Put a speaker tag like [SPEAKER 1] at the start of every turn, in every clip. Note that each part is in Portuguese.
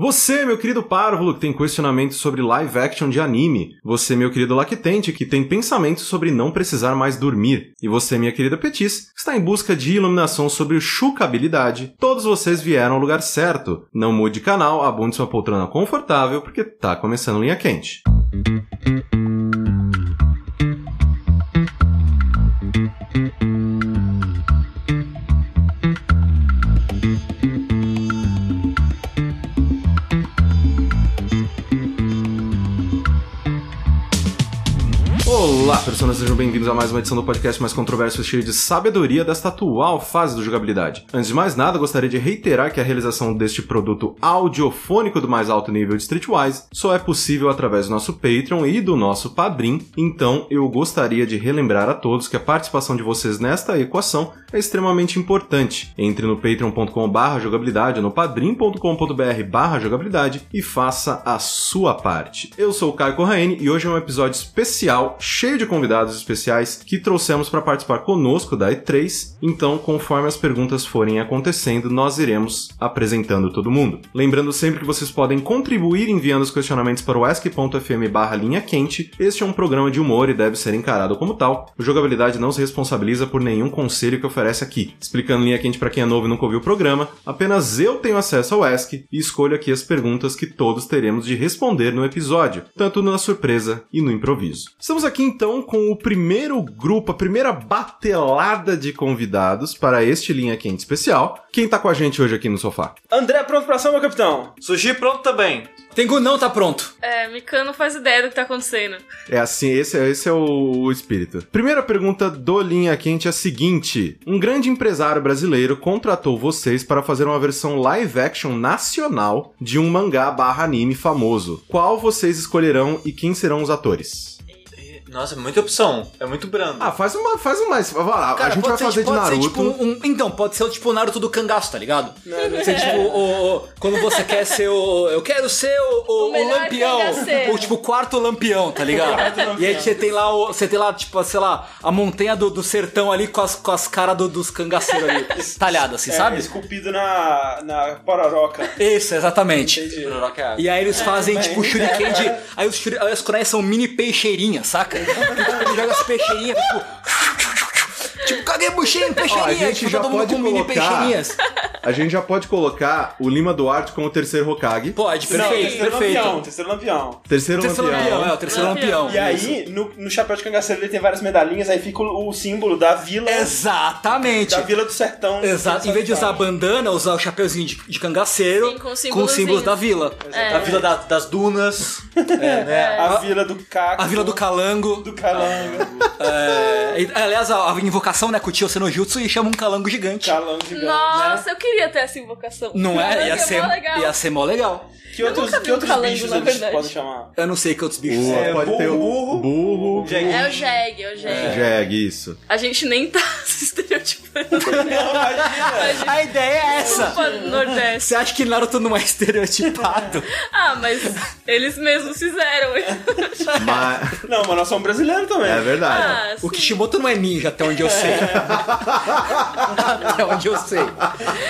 [SPEAKER 1] Você, meu querido párvulo, que tem questionamentos sobre live action de anime. Você, meu querido lactente, que tem pensamentos sobre não precisar mais dormir. E você, minha querida Petis, que está em busca de iluminação sobre chucabilidade. Todos vocês vieram ao lugar certo. Não mude de canal, abunde sua poltrona confortável, porque tá começando linha quente. Olá, personas, sejam bem-vindos a mais uma edição do podcast mais controverso e cheio de sabedoria desta atual fase do jogabilidade. Antes de mais nada, gostaria de reiterar que a realização deste produto audiofônico do mais alto nível de Streetwise só é possível através do nosso Patreon e do nosso Padrim, então eu gostaria de relembrar a todos que a participação de vocês nesta equação é extremamente importante. Entre no patreon.com/barra jogabilidade ou no padrim.com.br/barra jogabilidade e faça a sua parte. Eu sou o Caio Corraine e hoje é um episódio especial cheio de convidados especiais que trouxemos para participar conosco da E3. Então, conforme as perguntas forem acontecendo, nós iremos apresentando todo mundo. Lembrando sempre que vocês podem contribuir enviando os questionamentos para o ask.fm barra linha quente. Este é um programa de humor e deve ser encarado como tal. O Jogabilidade não se responsabiliza por nenhum conselho que oferece aqui. Explicando linha quente para quem é novo e nunca ouviu o programa, apenas eu tenho acesso ao ask e escolho aqui as perguntas que todos teremos de responder no episódio, tanto na surpresa e no improviso. Estamos aqui então com o primeiro grupo, a primeira batelada de convidados para este linha quente especial. Quem tá com a gente hoje aqui no sofá?
[SPEAKER 2] André, pronto pra ação, meu capitão?
[SPEAKER 3] Sushi pronto também.
[SPEAKER 4] Tengu não tá pronto.
[SPEAKER 5] É, Mikan não faz ideia do que tá acontecendo.
[SPEAKER 1] É assim, esse é, esse é o, o espírito. Primeira pergunta do Linha Quente é a seguinte: Um grande empresário brasileiro contratou vocês para fazer uma versão live action nacional de um mangá barra anime famoso. Qual vocês escolherão e quem serão os atores?
[SPEAKER 3] Nossa, muita opção. É muito brando.
[SPEAKER 1] Ah, faz uma, faz uma. vai lá, a gente vai fazer de
[SPEAKER 4] pode
[SPEAKER 1] Naruto.
[SPEAKER 4] Ser, tipo, um, então, pode ser tipo o Naruto do cangaço, tá ligado? Pode ser tipo o, o- quando você quer ser o. Eu quero ser o, o,
[SPEAKER 5] O melhor
[SPEAKER 4] lampião.
[SPEAKER 5] cangaceiro.
[SPEAKER 4] Ou tipo o quarto lampião, tá ligado? e aí você tem lá o. Você tem lá, tipo, sei lá, a montanha do, do sertão ali com as, com as caras do- dos cangaceiros ali, talhadas, assim,
[SPEAKER 2] É,
[SPEAKER 4] sabe?
[SPEAKER 2] Esculpido na, na pororoca.
[SPEAKER 4] Isso, exatamente.
[SPEAKER 2] Entendi.
[SPEAKER 4] E aí eles fazem, tipo,
[SPEAKER 2] bem.
[SPEAKER 4] shuriken de... Aí os shuri- aí as kunais são mini peixeirinhas, saca? tipo, Ele joga as peixeirinhas, tipo... Tipo, caguei buchinho,
[SPEAKER 1] Ó, a
[SPEAKER 4] peixeirinha.
[SPEAKER 1] gente
[SPEAKER 4] tipo,
[SPEAKER 1] já
[SPEAKER 4] todo mundo
[SPEAKER 1] pode
[SPEAKER 4] com mini
[SPEAKER 1] colocar-
[SPEAKER 4] peixeirinhas.
[SPEAKER 1] A gente já pode colocar o Lima Duarte como terceiro Hokage.
[SPEAKER 4] Pode,
[SPEAKER 2] Não,
[SPEAKER 4] perfeito,
[SPEAKER 2] terceiro lampião,
[SPEAKER 4] perfeito.
[SPEAKER 2] terceiro lampião.
[SPEAKER 1] Terceiro,
[SPEAKER 4] Terceiro lampião, é, o terceiro
[SPEAKER 5] Lampião.
[SPEAKER 4] lampião.
[SPEAKER 2] E aí, no, no chapéu de cangaceiro ele tem várias medalhinhas, aí fica o, o símbolo da vila.
[SPEAKER 4] Exatamente.
[SPEAKER 2] Da vila do sertão.
[SPEAKER 4] Exato. Em vez de usar a
[SPEAKER 2] Sabe?
[SPEAKER 4] bandana, usar o chapeuzinho de, de cangaceiro
[SPEAKER 5] Sim, com É. os
[SPEAKER 4] os símbolos
[SPEAKER 5] símbolozinhos.
[SPEAKER 4] da vila.
[SPEAKER 3] A vila da- das dunas. é, né?
[SPEAKER 2] A vila do caco.
[SPEAKER 4] A vila do calango.
[SPEAKER 2] Do calango.
[SPEAKER 3] Ah.
[SPEAKER 4] é, e- aliás, a, a invocação, né, com o tio Senojutsu e chama um calango gigante.
[SPEAKER 2] Calango gigante.
[SPEAKER 5] Nossa, eu queria ter essa invocação.
[SPEAKER 4] Não é?
[SPEAKER 5] Caraca,
[SPEAKER 4] Ia ser,
[SPEAKER 5] mó legal.
[SPEAKER 4] ia ser mó legal.
[SPEAKER 2] Que outros,
[SPEAKER 5] nunca vi
[SPEAKER 2] que
[SPEAKER 5] um
[SPEAKER 2] outros
[SPEAKER 5] calango,
[SPEAKER 2] bichos
[SPEAKER 5] na
[SPEAKER 2] eles
[SPEAKER 5] verdade.
[SPEAKER 2] podem chamar?
[SPEAKER 4] Eu não sei que outros bichos.
[SPEAKER 1] Boa,
[SPEAKER 4] É,
[SPEAKER 1] pode ter o
[SPEAKER 2] burro.
[SPEAKER 1] burro.
[SPEAKER 4] um-
[SPEAKER 5] É o Jeg, é o Jeg.
[SPEAKER 1] Jeg, isso.
[SPEAKER 5] A gente nem tá se estereotipando.
[SPEAKER 2] Não, imagina.
[SPEAKER 4] A ideia é essa.
[SPEAKER 5] Desculpa, Nordeste.
[SPEAKER 4] Você acha que Naruto não é estereotipado?
[SPEAKER 5] Ah, mas eles mesmos fizeram.
[SPEAKER 4] É.
[SPEAKER 1] Mas.
[SPEAKER 2] Não, mas nós somos brasileiros também.
[SPEAKER 1] É verdade.
[SPEAKER 5] Ah, sim.
[SPEAKER 4] o Kishimoto não é ninja, até onde eu sei. até onde eu sei.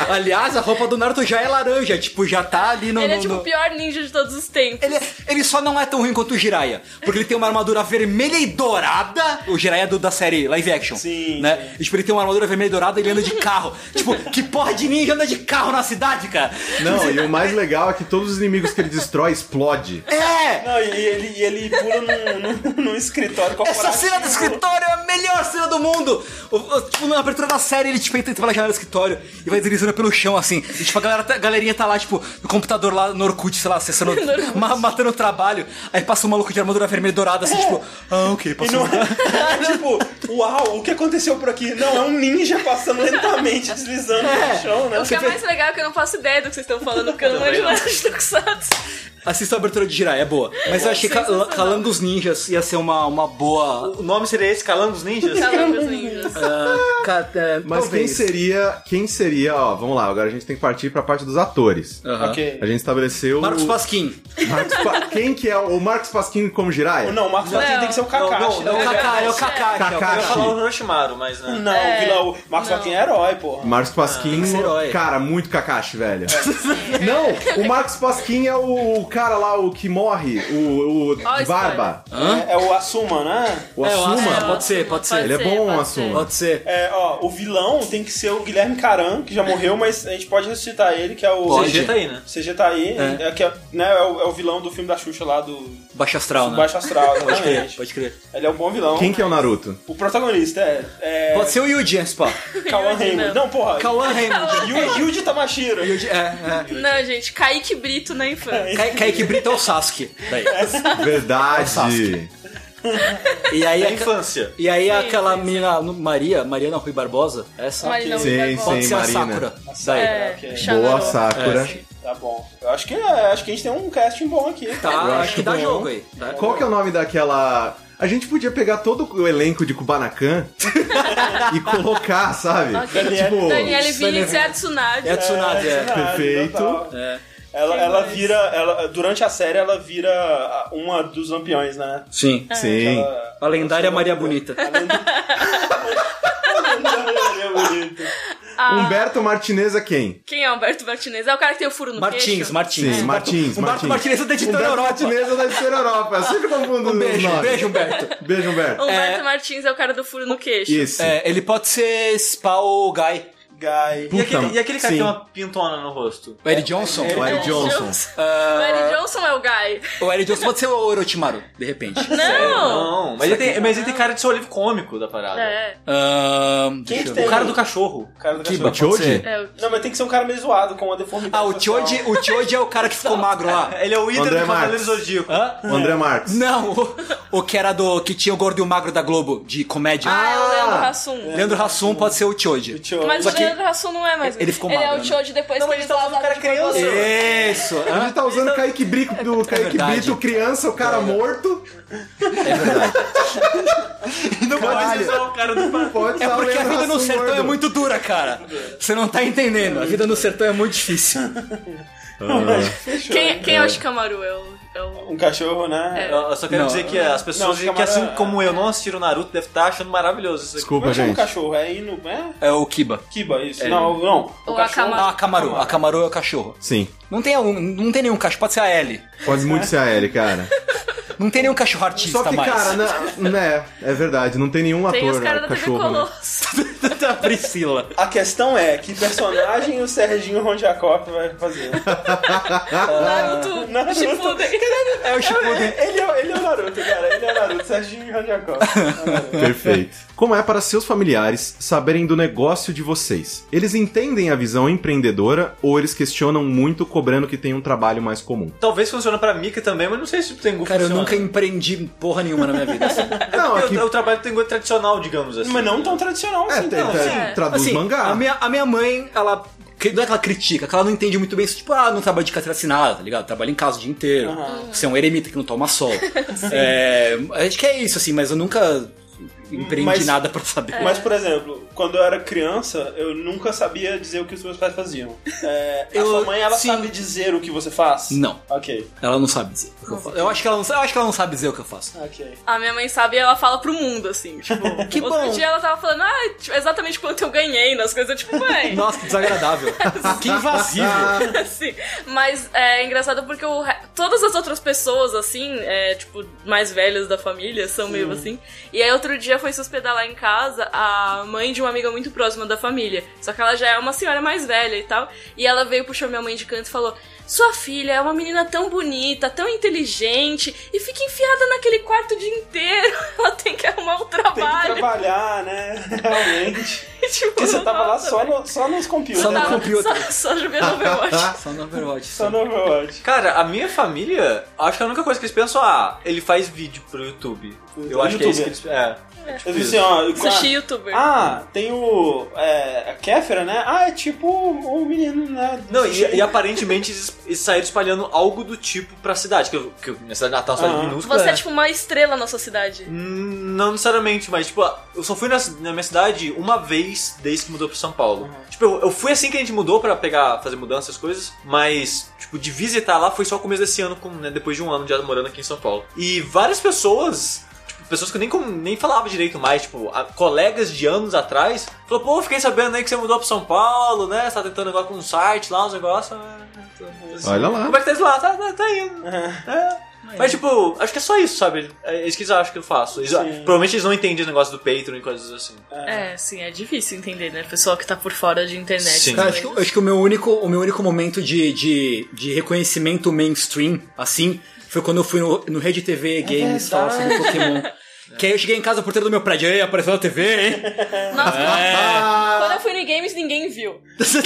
[SPEAKER 4] Aliás, a roupa do Naruto já é laranja, tipo, já tá ali no...
[SPEAKER 5] Ele é
[SPEAKER 4] no-
[SPEAKER 5] tipo
[SPEAKER 4] no-
[SPEAKER 5] o pior ninja de todos os tempos.
[SPEAKER 4] Ele, ele só não é tão ruim quanto o Jiraiya, porque ele tem uma armadura vermelha e dourada. O Jiraiya é do, da série live action.
[SPEAKER 2] Sim,
[SPEAKER 4] Né? E, tipo, ele tem uma armadura vermelha e dourada e ele anda de carro. tipo, que porra de ninja anda de carro na cidade, cara?
[SPEAKER 1] Não, e o mais legal é que todos os inimigos que ele destrói explode.
[SPEAKER 4] É!
[SPEAKER 2] Não, e ele, e ele pula num, num, num escritório corporativo.
[SPEAKER 4] Essa cena do escritório é a melhor cena do mundo! O- o- tipo, na abertura da série, ele tipo, entra pela janela do escritório e vai deslizando pelo chão, assim. E, tipo, a, galera, tá- a galerinha tá lá, tipo, no computador lá no Orkut, sei lá, acessando, ma- matando o trabalho. Aí passa um maluco de armadura vermelha e dourada, assim, tipo, ah,
[SPEAKER 2] É.
[SPEAKER 4] ok,
[SPEAKER 2] E
[SPEAKER 4] passou.
[SPEAKER 2] não é, tipo, uau, o que aconteceu por aqui? Não, é um ninja passando lentamente, deslizando no chão, né?
[SPEAKER 5] O que é mais legal é que eu não faço ideia do que vocês estão falando, porque eu não é de nada de Tokusatsu.
[SPEAKER 4] Assista a abertura de Jirai, é boa. Mas eu achei que Cal- Calangos Ninjas ia ser uma, uma boa. Tá
[SPEAKER 3] O nome seria esse, Calangos Ninjas?
[SPEAKER 5] é Calangos ninjas.
[SPEAKER 4] ah, Ca- é,
[SPEAKER 1] Mas quem
[SPEAKER 4] talvez.
[SPEAKER 1] seria. Quem seria, ó, vamos lá, agora a gente tem que partir pra parte dos atores.
[SPEAKER 4] Aham.
[SPEAKER 2] Ok.
[SPEAKER 1] A gente estabeleceu.
[SPEAKER 4] Marcos
[SPEAKER 1] o-
[SPEAKER 4] Pasquim.
[SPEAKER 1] Marcos Pa- Quem que é o Marcos Pasquim como Jiraiya?
[SPEAKER 2] Não, o Marcos Marquinhos tem que ser o Kakashi.
[SPEAKER 4] É o
[SPEAKER 2] né?
[SPEAKER 4] Kaká, é o Kaká. que é o-
[SPEAKER 3] Eu ia
[SPEAKER 1] Kakashi.
[SPEAKER 3] falar o Orochimaru, mas né.
[SPEAKER 2] Não, o vilão, o Marcos Marquinhos é herói, porra.
[SPEAKER 1] Marcos Pasquim,
[SPEAKER 4] que ser Ah, herói. É.
[SPEAKER 1] cara, muito Kakashi, velho. Não, o Marcos Pasquim é o, o cara lá, o que morre, o, o
[SPEAKER 5] Ó,
[SPEAKER 1] Barba.
[SPEAKER 2] É, é o Asuma, né?
[SPEAKER 1] O
[SPEAKER 4] É, o
[SPEAKER 1] Asuma.
[SPEAKER 4] Asuma. pode ser, pode ser.
[SPEAKER 1] Ele é bom,
[SPEAKER 5] pode
[SPEAKER 1] Asuma.
[SPEAKER 5] ser.
[SPEAKER 4] Pode ser.
[SPEAKER 2] É, ó, o vilão tem que ser o Guilherme Caran, que já morreu, mas a gente pode ressuscitar ele, que é o.
[SPEAKER 3] Pode. CG tá aí, né?
[SPEAKER 2] CG tá aí, é. que é, né, é, o, é o vilão do filme da Xuxa lá do, do
[SPEAKER 4] Baixa astral, né?
[SPEAKER 2] Baixo Astral.
[SPEAKER 4] Pode crer,
[SPEAKER 2] exatamente.
[SPEAKER 4] pode crer.
[SPEAKER 2] Ele é um bom vilão.
[SPEAKER 1] Quem que é o Naruto?
[SPEAKER 2] O protagonista é. é
[SPEAKER 4] Pode ser o Yuji, antes, pô.
[SPEAKER 2] Kawan
[SPEAKER 5] Yuji,
[SPEAKER 2] Raymond. Não, porra.
[SPEAKER 4] Kawan Raymond.
[SPEAKER 2] Yu- Yuji Tamashiro.
[SPEAKER 4] Yuji, é,
[SPEAKER 5] Não, gente, Kaique Brito na infância.
[SPEAKER 4] é. Ka- Kaique Brito é o Sasuke. Daí.
[SPEAKER 1] Verdade.
[SPEAKER 4] E aí,
[SPEAKER 3] É
[SPEAKER 4] a-
[SPEAKER 3] infância.
[SPEAKER 4] e aí aquela
[SPEAKER 5] sim, sim.
[SPEAKER 4] menina, Maria, Mariana Rui Barbosa, essa?
[SPEAKER 5] Marina
[SPEAKER 1] Sim,
[SPEAKER 5] Wilberforce.
[SPEAKER 1] sim.
[SPEAKER 4] Pode ser
[SPEAKER 1] Marina.
[SPEAKER 4] a Sakura. Daí.
[SPEAKER 5] tá É,
[SPEAKER 2] Ok.
[SPEAKER 5] o Xanarô.
[SPEAKER 1] Boa, Sakura.
[SPEAKER 4] É,
[SPEAKER 2] Tá bom. Eu acho que, é, acho que a gente tem um casting bom aqui.
[SPEAKER 4] Tá,
[SPEAKER 1] Eu
[SPEAKER 4] acho
[SPEAKER 1] acho
[SPEAKER 4] que dá
[SPEAKER 1] bom.
[SPEAKER 4] jogo aí. Dá.
[SPEAKER 1] Qual que é o nome daquela... A gente podia pegar todo o elenco de Kubanacan e colocar, sabe?
[SPEAKER 5] Ok.
[SPEAKER 1] Tipo,
[SPEAKER 5] Daniele
[SPEAKER 4] Daniele
[SPEAKER 5] Vinitz
[SPEAKER 4] Vinitz.
[SPEAKER 5] é a Tsunade.
[SPEAKER 4] É a
[SPEAKER 2] Tá,
[SPEAKER 4] Tsunade, é.
[SPEAKER 1] Perfeito.
[SPEAKER 2] total.
[SPEAKER 4] É.
[SPEAKER 2] tá, Ela,
[SPEAKER 5] Quem
[SPEAKER 2] ela
[SPEAKER 5] mais?
[SPEAKER 2] vira. Ela, durante a série, ela vira a- uma dos lampiões, né?
[SPEAKER 4] Sim.
[SPEAKER 1] Sim.
[SPEAKER 2] Ela-
[SPEAKER 4] A lendária Maria Bonita.
[SPEAKER 2] além do- Ela é bonita.
[SPEAKER 1] Humberto Martinez é quem?
[SPEAKER 5] Quem é Humberto Martinez? É o cara que tem o furo no
[SPEAKER 4] Martins,
[SPEAKER 5] queixo?
[SPEAKER 4] Martins. Um
[SPEAKER 1] Sim, Martins,
[SPEAKER 4] Humberto
[SPEAKER 1] Martins.
[SPEAKER 4] Martins é da editora
[SPEAKER 1] Humberto
[SPEAKER 4] Europa.
[SPEAKER 1] Martinez é da Editora Europa. Eu sempre confundo
[SPEAKER 4] Um beijo,
[SPEAKER 1] os nomes.
[SPEAKER 4] beijo, Humberto.
[SPEAKER 1] Beijo, Humberto.
[SPEAKER 5] Humberto
[SPEAKER 4] É.
[SPEAKER 5] Martins é o cara do furo no queixo.
[SPEAKER 1] Isso.
[SPEAKER 4] É, ele pode ser Spa ou Guy.
[SPEAKER 2] Guy.
[SPEAKER 1] Puta,
[SPEAKER 3] E aquele, e aquele cara que
[SPEAKER 1] sim.
[SPEAKER 3] tem uma pintona no rosto?
[SPEAKER 4] O Eric Johnson.
[SPEAKER 1] O Eric
[SPEAKER 5] Eric
[SPEAKER 1] Johnson.
[SPEAKER 5] Johnson.
[SPEAKER 4] Ah,
[SPEAKER 5] O Eric Johnson é o guy.
[SPEAKER 4] o Eric Johnson pode ser o Orochimaru, de repente.
[SPEAKER 5] Não!
[SPEAKER 3] Não, mas ele, tem, mas ele tem cara de ser o livro cômico da parada.
[SPEAKER 5] É,
[SPEAKER 4] Ah, deixa
[SPEAKER 2] que
[SPEAKER 4] eu
[SPEAKER 2] tem?
[SPEAKER 4] ver.
[SPEAKER 3] O cara do cachorro.
[SPEAKER 2] O cara do
[SPEAKER 4] Kiba,
[SPEAKER 2] cachorro.
[SPEAKER 4] pode
[SPEAKER 1] Choji?
[SPEAKER 4] ser.
[SPEAKER 5] é o
[SPEAKER 2] Não, mas tem que ser um cara meio zoado, com uma deformidade.
[SPEAKER 4] Ah, o
[SPEAKER 2] social.
[SPEAKER 4] Choji, o Choji é o cara que ficou magro lá.
[SPEAKER 3] Ele é o ídolo
[SPEAKER 1] André
[SPEAKER 3] do Cavaleiro
[SPEAKER 1] Marques.
[SPEAKER 3] Zodíaco.
[SPEAKER 4] Hã?
[SPEAKER 1] O André Marques.
[SPEAKER 4] Não, o, o que era do. que tinha o gordo e o magro da Globo, de comédia.
[SPEAKER 5] Ah, é o Leandro
[SPEAKER 1] Ah!
[SPEAKER 5] Hassum.
[SPEAKER 4] Leandro Hassum pode ser o Choji.
[SPEAKER 2] O Choji.
[SPEAKER 5] Mas
[SPEAKER 4] Só
[SPEAKER 5] o
[SPEAKER 4] que
[SPEAKER 5] Leandro Hassum não é mais.
[SPEAKER 4] ele ficou
[SPEAKER 5] Ele é
[SPEAKER 4] magro, né?
[SPEAKER 5] o Choji depois
[SPEAKER 3] Não,
[SPEAKER 5] que
[SPEAKER 3] mas
[SPEAKER 5] ele
[SPEAKER 3] ele tá usando
[SPEAKER 5] usava
[SPEAKER 3] cara
[SPEAKER 5] de
[SPEAKER 3] criança.
[SPEAKER 5] borboleta.
[SPEAKER 4] É. Isso!
[SPEAKER 1] A
[SPEAKER 4] hã?
[SPEAKER 1] gente tá usando o Kaique Brito, do Kaique
[SPEAKER 4] É verdade. É.
[SPEAKER 1] Brito, criança, o cara morto.
[SPEAKER 3] Não pode
[SPEAKER 1] Caralho.
[SPEAKER 3] usar o cara do
[SPEAKER 1] Não pode
[SPEAKER 4] É
[SPEAKER 1] usar o
[SPEAKER 4] porque a
[SPEAKER 1] Leandro
[SPEAKER 4] vida no
[SPEAKER 1] Hassum
[SPEAKER 4] sertão
[SPEAKER 1] gordo.
[SPEAKER 4] é muito dura, cara. Você não tá entendendo. A vida no sertão é muito difícil.
[SPEAKER 5] Quem, quem é o Shikamaru? É o. é o-
[SPEAKER 2] Um cachorro, né?
[SPEAKER 5] É.
[SPEAKER 3] Eu eu só quero
[SPEAKER 4] Não.
[SPEAKER 3] dizer que as
[SPEAKER 2] Não,
[SPEAKER 3] pessoas
[SPEAKER 2] fica
[SPEAKER 3] que, assim
[SPEAKER 2] mara-
[SPEAKER 3] como eu, não assistiram Naruto, devem estar achando maravilhoso isso aqui.
[SPEAKER 2] Como
[SPEAKER 1] Desculpa,
[SPEAKER 2] é que chama o
[SPEAKER 1] gente.
[SPEAKER 2] cachorro? É Inu... É?
[SPEAKER 4] É o Kiba.
[SPEAKER 2] Kiba,
[SPEAKER 4] É.
[SPEAKER 2] isso. Não, não.
[SPEAKER 5] O
[SPEAKER 2] cachorro-
[SPEAKER 5] Akamaru.
[SPEAKER 4] Ah, a Camaru. A Camaru é o cachorro.
[SPEAKER 1] Sim.
[SPEAKER 4] Não tem, algum, não tem nenhum cachorro. Pode ser a L.
[SPEAKER 1] Pode muito ser a L, cara.
[SPEAKER 4] Não tem nenhum cachorro artista
[SPEAKER 1] Só que,
[SPEAKER 4] mais.
[SPEAKER 1] cara, na- né? É verdade, não tem
[SPEAKER 4] Um
[SPEAKER 1] nenhum
[SPEAKER 5] Tem
[SPEAKER 1] ator,
[SPEAKER 5] os
[SPEAKER 1] né,
[SPEAKER 5] caras da TV
[SPEAKER 1] cachorro. né?
[SPEAKER 5] Colosso.
[SPEAKER 4] da Priscila.
[SPEAKER 2] A questão é, que personagem o Serginho Ron Jacob vai fazer?
[SPEAKER 4] Ah.
[SPEAKER 5] Naruto.
[SPEAKER 2] Naruto.
[SPEAKER 5] é Shippuden.
[SPEAKER 4] É o Shippuden.
[SPEAKER 2] Ele é, ele é o Naruto, cara. Ele é o Naruto. Serginho Ron Jacob. É o Naruto.
[SPEAKER 1] Perfeito. Como é para seus familiares saberem do negócio de vocês? Eles entendem a visão empreendedora ou eles questionam muito cobrando que tem um trabalho mais comum?
[SPEAKER 3] Talvez funcione pra Mika também, mas não sei se o Tengu
[SPEAKER 4] Cara, eu
[SPEAKER 3] funciona.
[SPEAKER 4] nunca empreendi porra nenhuma na minha vida. assim.
[SPEAKER 1] Não,
[SPEAKER 3] Eu-
[SPEAKER 1] aqui
[SPEAKER 3] eu, trabalho do Tengu é tradicional, digamos assim.
[SPEAKER 2] Mas não tão tradicional
[SPEAKER 1] é,
[SPEAKER 2] assim,
[SPEAKER 1] tem-
[SPEAKER 2] não.
[SPEAKER 1] tem-
[SPEAKER 5] sim.
[SPEAKER 1] traduz
[SPEAKER 4] Assim,
[SPEAKER 1] mangá.
[SPEAKER 4] a minha, a minha mãe, ela. que- Não é que ela critica, é que ela não entende muito bem isso. Tipo, ah, não trabalho de carteira assinada, tá ligado? Trabalho em casa o dia inteiro. Você é um eremita que não toma sol. É, acho que é isso, assim, mas eu nunca empreendi
[SPEAKER 2] Mas-
[SPEAKER 4] nada pra saber.
[SPEAKER 2] Mas, por exemplo, quando eu era criança, eu nunca sabia dizer o que os meus pais faziam. É,
[SPEAKER 4] Eu-
[SPEAKER 2] a sua mãe, ela
[SPEAKER 4] sim.
[SPEAKER 2] sabe dizer o que você faz?
[SPEAKER 4] Não,
[SPEAKER 2] Ok,
[SPEAKER 4] ela não sabe dizer o que eu faço. Eu acho que ela não, eu acho que ela não sabe dizer o que eu faço.
[SPEAKER 2] ok.
[SPEAKER 5] A minha mãe sabe e ela fala pro mundo, assim. Tipo,
[SPEAKER 4] Que
[SPEAKER 5] outro
[SPEAKER 4] bom.
[SPEAKER 5] dia ela tava falando, ah, tipo, exatamente quanto eu ganhei nas coisas. Eu, tipo, mãe.
[SPEAKER 4] Nossa, que desagradável. que invasivo.
[SPEAKER 5] assim. Mas é engraçado porque o re- todas as outras pessoas, assim, é, tipo, mais velhas da família, são meio assim. E aí outro dia foi se hospedar lá em casa a mãe de uma amiga muito próxima da família. Só que ela já é uma senhora mais velha e tal. E ela veio, puxou minha mãe de canto e falou: Sua filha é uma menina tão bonita, tão inteligente, e fica enfiada naquele quarto o dia inteiro. Ela tem que arrumar um
[SPEAKER 2] Tem que
[SPEAKER 5] trabalho.
[SPEAKER 2] trabalhar, né? Realmente.
[SPEAKER 5] tipo,
[SPEAKER 2] Porque você tava lá
[SPEAKER 5] nossa,
[SPEAKER 2] só,
[SPEAKER 5] velho.
[SPEAKER 2] no, só nos computers.
[SPEAKER 4] Só no
[SPEAKER 2] né?
[SPEAKER 5] Tava
[SPEAKER 4] computer.
[SPEAKER 5] só- só jogando Overwatch.
[SPEAKER 4] Só no Overwatch.
[SPEAKER 2] Só no Overwatch.
[SPEAKER 3] Cara, a minha família, acho que a única coisa que eles pensam, ah, ele faz vídeo pro YouTube. Eu
[SPEAKER 2] O
[SPEAKER 3] acho que é isso que
[SPEAKER 2] youtuber.
[SPEAKER 3] eles. É.
[SPEAKER 2] Eu disse, assim, ó... eu-
[SPEAKER 5] Sushi youtuber.
[SPEAKER 2] Ah, tem o... É, a Kéfera, né? Ah, é tipo o menino, né? do
[SPEAKER 3] Não, e,
[SPEAKER 2] sushi.
[SPEAKER 3] e aparentemente eles e saíram espalhando algo do tipo pra cidade. Que, eu- que eu- minha cidade natal é uma cidade
[SPEAKER 2] Aham.
[SPEAKER 3] minúscula.
[SPEAKER 5] Você é
[SPEAKER 3] né?
[SPEAKER 5] tipo uma estrela na sua cidade.
[SPEAKER 3] Hum, Não necessariamente, mas tipo, eu só fui na, na minha cidade uma vez desde que mudou pra São Paulo. Tipo, eu, eu fui assim que a gente mudou pra pegar, fazer mudanças, coisas, mas, tipo, de visitar lá foi só o começo desse ano, com, né, depois de um ano já morando aqui em São Paulo. E várias pessoas, tipo, pessoas que eu nem, com- nem falava direito mais, tipo, a- colegas de anos atrás, falou, pô, fiquei sabendo aí que você mudou pra São Paulo, né? Você tá tentando agora com um site lá, uns negócios. ah, tô-
[SPEAKER 1] Olha lá.
[SPEAKER 3] Como é que tá isso lá? Tá, tá, tá indo. É. Mas, tipo, acho que é só isso, sabe? É isso que eles acham que eu faço. Eles-
[SPEAKER 2] Sim.
[SPEAKER 3] provavelmente eles não entendem o negócio do Patreon e coisas assim.
[SPEAKER 5] É, sim, é difícil entender, né? Pessoal que tá por fora de internet.
[SPEAKER 3] Sim.
[SPEAKER 5] também.
[SPEAKER 4] Cara, acho que, acho que o, meu único, o meu único momento de, de, de reconhecimento mainstream, assim, foi quando eu fui no, no Rede
[SPEAKER 2] É
[SPEAKER 4] TV Games falar sobre Pokémon. Que aí eu cheguei em casa, o porteiro do meu prédio, aí apareceu na TV, hein?
[SPEAKER 5] Nossa,
[SPEAKER 1] Ah,
[SPEAKER 5] quando eu fui no Games, ninguém viu.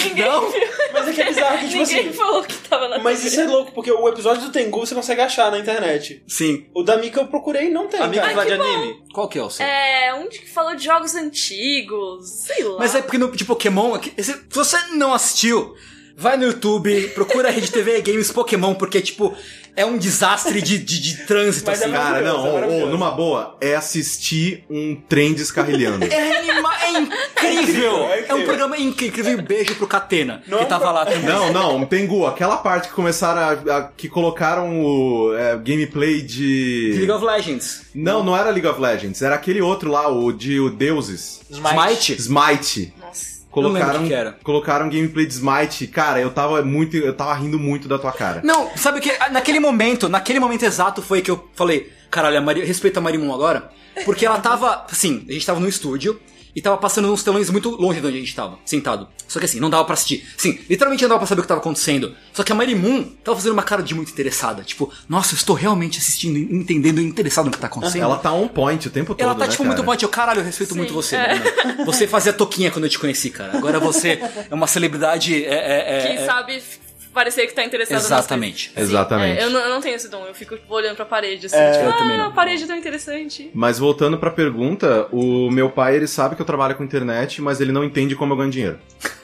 [SPEAKER 5] Ninguém
[SPEAKER 4] Não?
[SPEAKER 5] viu.
[SPEAKER 2] Mas é que é bizarro que, tipo
[SPEAKER 5] ninguém
[SPEAKER 2] assim.
[SPEAKER 5] falou que tava na
[SPEAKER 2] Mas isso é louco, porque o episódio do Tengu você consegue achar na internet.
[SPEAKER 4] Sim.
[SPEAKER 2] O da Mika eu procurei e não tem.
[SPEAKER 3] Amigo
[SPEAKER 2] cara.
[SPEAKER 3] lá de anime.
[SPEAKER 4] Qual que é o seu?
[SPEAKER 5] É, um de que falou de jogos antigos, sei lá.
[SPEAKER 4] Mas é porque no, de Pokémon, é que- esse- se você não assistiu, vai no YouTube, procura a Rede TV Games Pokémon, porque, tipo, é um desastre de, de, de trânsito,
[SPEAKER 2] Mas é
[SPEAKER 4] assim.
[SPEAKER 1] Cara, não,
[SPEAKER 2] Maravilhoso,
[SPEAKER 1] ô, ô,
[SPEAKER 2] maravilhoso.
[SPEAKER 1] numa boa, é assistir um trem descarrilhando.
[SPEAKER 4] É, anima- é
[SPEAKER 2] é
[SPEAKER 4] incrível! É
[SPEAKER 2] incrível.
[SPEAKER 4] um programa incrível. E beijo pro Catena,
[SPEAKER 2] Não é
[SPEAKER 4] que
[SPEAKER 2] um
[SPEAKER 4] tava
[SPEAKER 2] pro-
[SPEAKER 4] lá também.
[SPEAKER 1] Não, não, Tengu, aquela parte que começaram a, a- que colocaram o é, gameplay de.
[SPEAKER 4] League of Legends.
[SPEAKER 1] Não, não era League of Legends, era aquele outro lá, o de o Deuses.
[SPEAKER 4] Smite?
[SPEAKER 1] Smite.
[SPEAKER 5] Nossa.
[SPEAKER 4] Não
[SPEAKER 1] Colocaram,
[SPEAKER 4] lembro o que era.
[SPEAKER 1] colocaram gameplay de Smite. Cara, eu tava muito. Eu tava rindo muito da tua cara.
[SPEAKER 4] Não, sabe o que? Ah, Naquele momento, naquele momento exato foi que eu falei, caralho, a Mari... respeita a Marimon agora. Porque ela tava, assim, a gente tava no estúdio e tava passando uns telões muito longe de onde a gente tava, sentado. Só que assim, não dava pra assistir. Sim, literalmente não dava pra saber o que tava acontecendo. Só que a Marimon tava fazendo uma cara de muito interessada. Tipo, nossa, eu estou realmente assistindo, e entendendo e interessado no que tá acontecendo.
[SPEAKER 1] Ela tá on point o tempo todo.
[SPEAKER 4] Ela tá,
[SPEAKER 1] né,
[SPEAKER 4] tipo,
[SPEAKER 1] cara?
[SPEAKER 4] muito bote. Eu, caralho, eu respeito muito você, Marina. Você fazia toquinha quando eu te conheci, cara. Agora você é uma celebridade. É, é, é,
[SPEAKER 5] Que
[SPEAKER 4] é-
[SPEAKER 5] sabe f- parecer que tá interessado nas
[SPEAKER 4] Exatamente.
[SPEAKER 5] coisas. Sim,
[SPEAKER 1] Exatamente.
[SPEAKER 5] é, eu, não, eu não tenho esse dom, eu fico tipo, olhando pra parede, assim,
[SPEAKER 4] eu
[SPEAKER 5] tipo,
[SPEAKER 4] também
[SPEAKER 5] ah,
[SPEAKER 4] não.
[SPEAKER 5] a parede é tão interessante.
[SPEAKER 1] Mas voltando pra pergunta, o meu pai ele sabe que eu trabalho com internet, mas ele não entende como eu ganho dinheiro.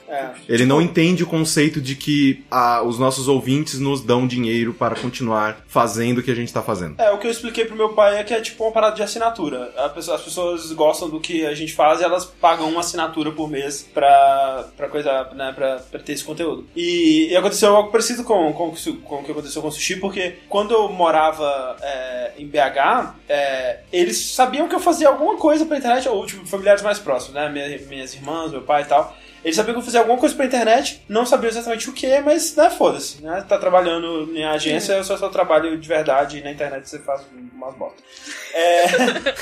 [SPEAKER 2] É.
[SPEAKER 1] Ele não entende o conceito de que ah, os nossos ouvintes nos dão dinheiro para continuar fazendo o que a gente tá fazendo.
[SPEAKER 2] É, o que eu expliquei pro meu pai é que é tipo uma parada de assinatura. A pessoa- as pessoas gostam do que a gente faz e elas pagam uma assinatura por mês pra, pra coisa, né, pra, pra ter esse conteúdo. E, e aconteceu algo parecido com, com, o que su- com o que aconteceu com o Sushi, porque quando eu morava é, em BH, é, eles sabiam que eu fazia alguma coisa pra internet, ou tipo, familiares mais próximos, né, minhas, minhas irmãs, meu pai e tal. Eles sabiam que eu fazia alguma coisa pra internet, não sabiam exatamente o que, mas né, foda-se, né? Tá trabalhando em agência, eu só, só trabalho de verdade e na internet você faz umas botas. É...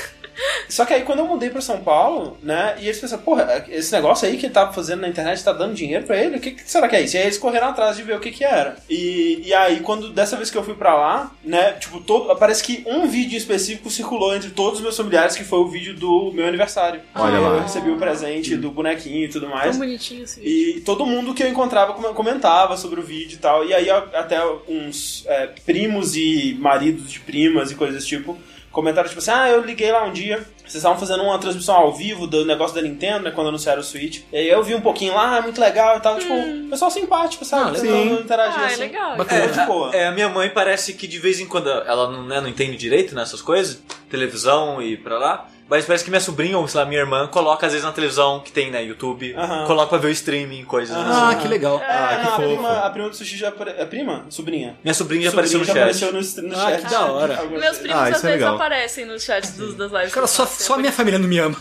[SPEAKER 2] só que aí quando eu mudei pra São Paulo, né? E eles pensaram, porra, esse negócio aí que ele tá fazendo na internet tá dando dinheiro pra ele? O que, que será que é isso? E aí eles correram atrás de ver o que que era. E, e aí, quando dessa vez que eu fui pra lá, né? Tipo, todo, parece que um vídeo específico circulou entre todos os meus familiares, que foi o vídeo do meu aniversário.
[SPEAKER 1] Olha
[SPEAKER 2] eu
[SPEAKER 1] lá.
[SPEAKER 2] recebi o presente do bonequinho e tudo mais.
[SPEAKER 5] Tão bonitinho assim.
[SPEAKER 2] E todo mundo que eu encontrava com- comentava sobre o vídeo e tal. E aí a- até uns é, primos e maridos de primas e coisas desse tipo comentaram tipo assim, ah, eu liguei lá um dia, vocês estavam fazendo uma transmissão ao vivo do negócio da Nintendo, né, quando anunciaram o Switch. E aí eu vi um pouquinho lá, é muito legal e tal. Tipo, pessoal simpático, sabe?
[SPEAKER 4] Ah,
[SPEAKER 2] Tentando
[SPEAKER 1] sim.
[SPEAKER 2] interagir
[SPEAKER 5] Hum. ah,
[SPEAKER 2] assim.
[SPEAKER 5] é legal.
[SPEAKER 2] Bacana.
[SPEAKER 5] isso.
[SPEAKER 2] de boa.
[SPEAKER 3] É, a minha mãe parece que de vez em quando ela não, né, não entende direito nessas coisas, televisão e pra lá. Mas parece que minha sobrinha, ou sei lá, minha irmã, coloca às vezes na televisão que tem, né, YouTube,
[SPEAKER 2] Aham.
[SPEAKER 3] coloca pra ver o streaming, coisas
[SPEAKER 2] Aham.
[SPEAKER 3] assim.
[SPEAKER 4] Ah, que legal.
[SPEAKER 2] É,
[SPEAKER 1] Ah, que
[SPEAKER 2] não, a,
[SPEAKER 1] fofo.
[SPEAKER 2] prima, a prima do sushi já apare... É prima? Sobrinha?
[SPEAKER 3] Minha sobrinha já apareceu
[SPEAKER 2] Sobrinha
[SPEAKER 3] no
[SPEAKER 2] já
[SPEAKER 3] chat.
[SPEAKER 2] apareceu no, no
[SPEAKER 4] Ah,
[SPEAKER 2] chat.
[SPEAKER 4] que da
[SPEAKER 2] Alguma
[SPEAKER 4] hora.
[SPEAKER 5] Meus
[SPEAKER 2] coisa. assim.
[SPEAKER 5] primos
[SPEAKER 1] Ah, isso
[SPEAKER 5] às
[SPEAKER 1] é
[SPEAKER 5] vezes
[SPEAKER 1] legal.
[SPEAKER 5] aparecem nos chats dos, das lives.
[SPEAKER 4] Cara, só, só a minha família não me ama.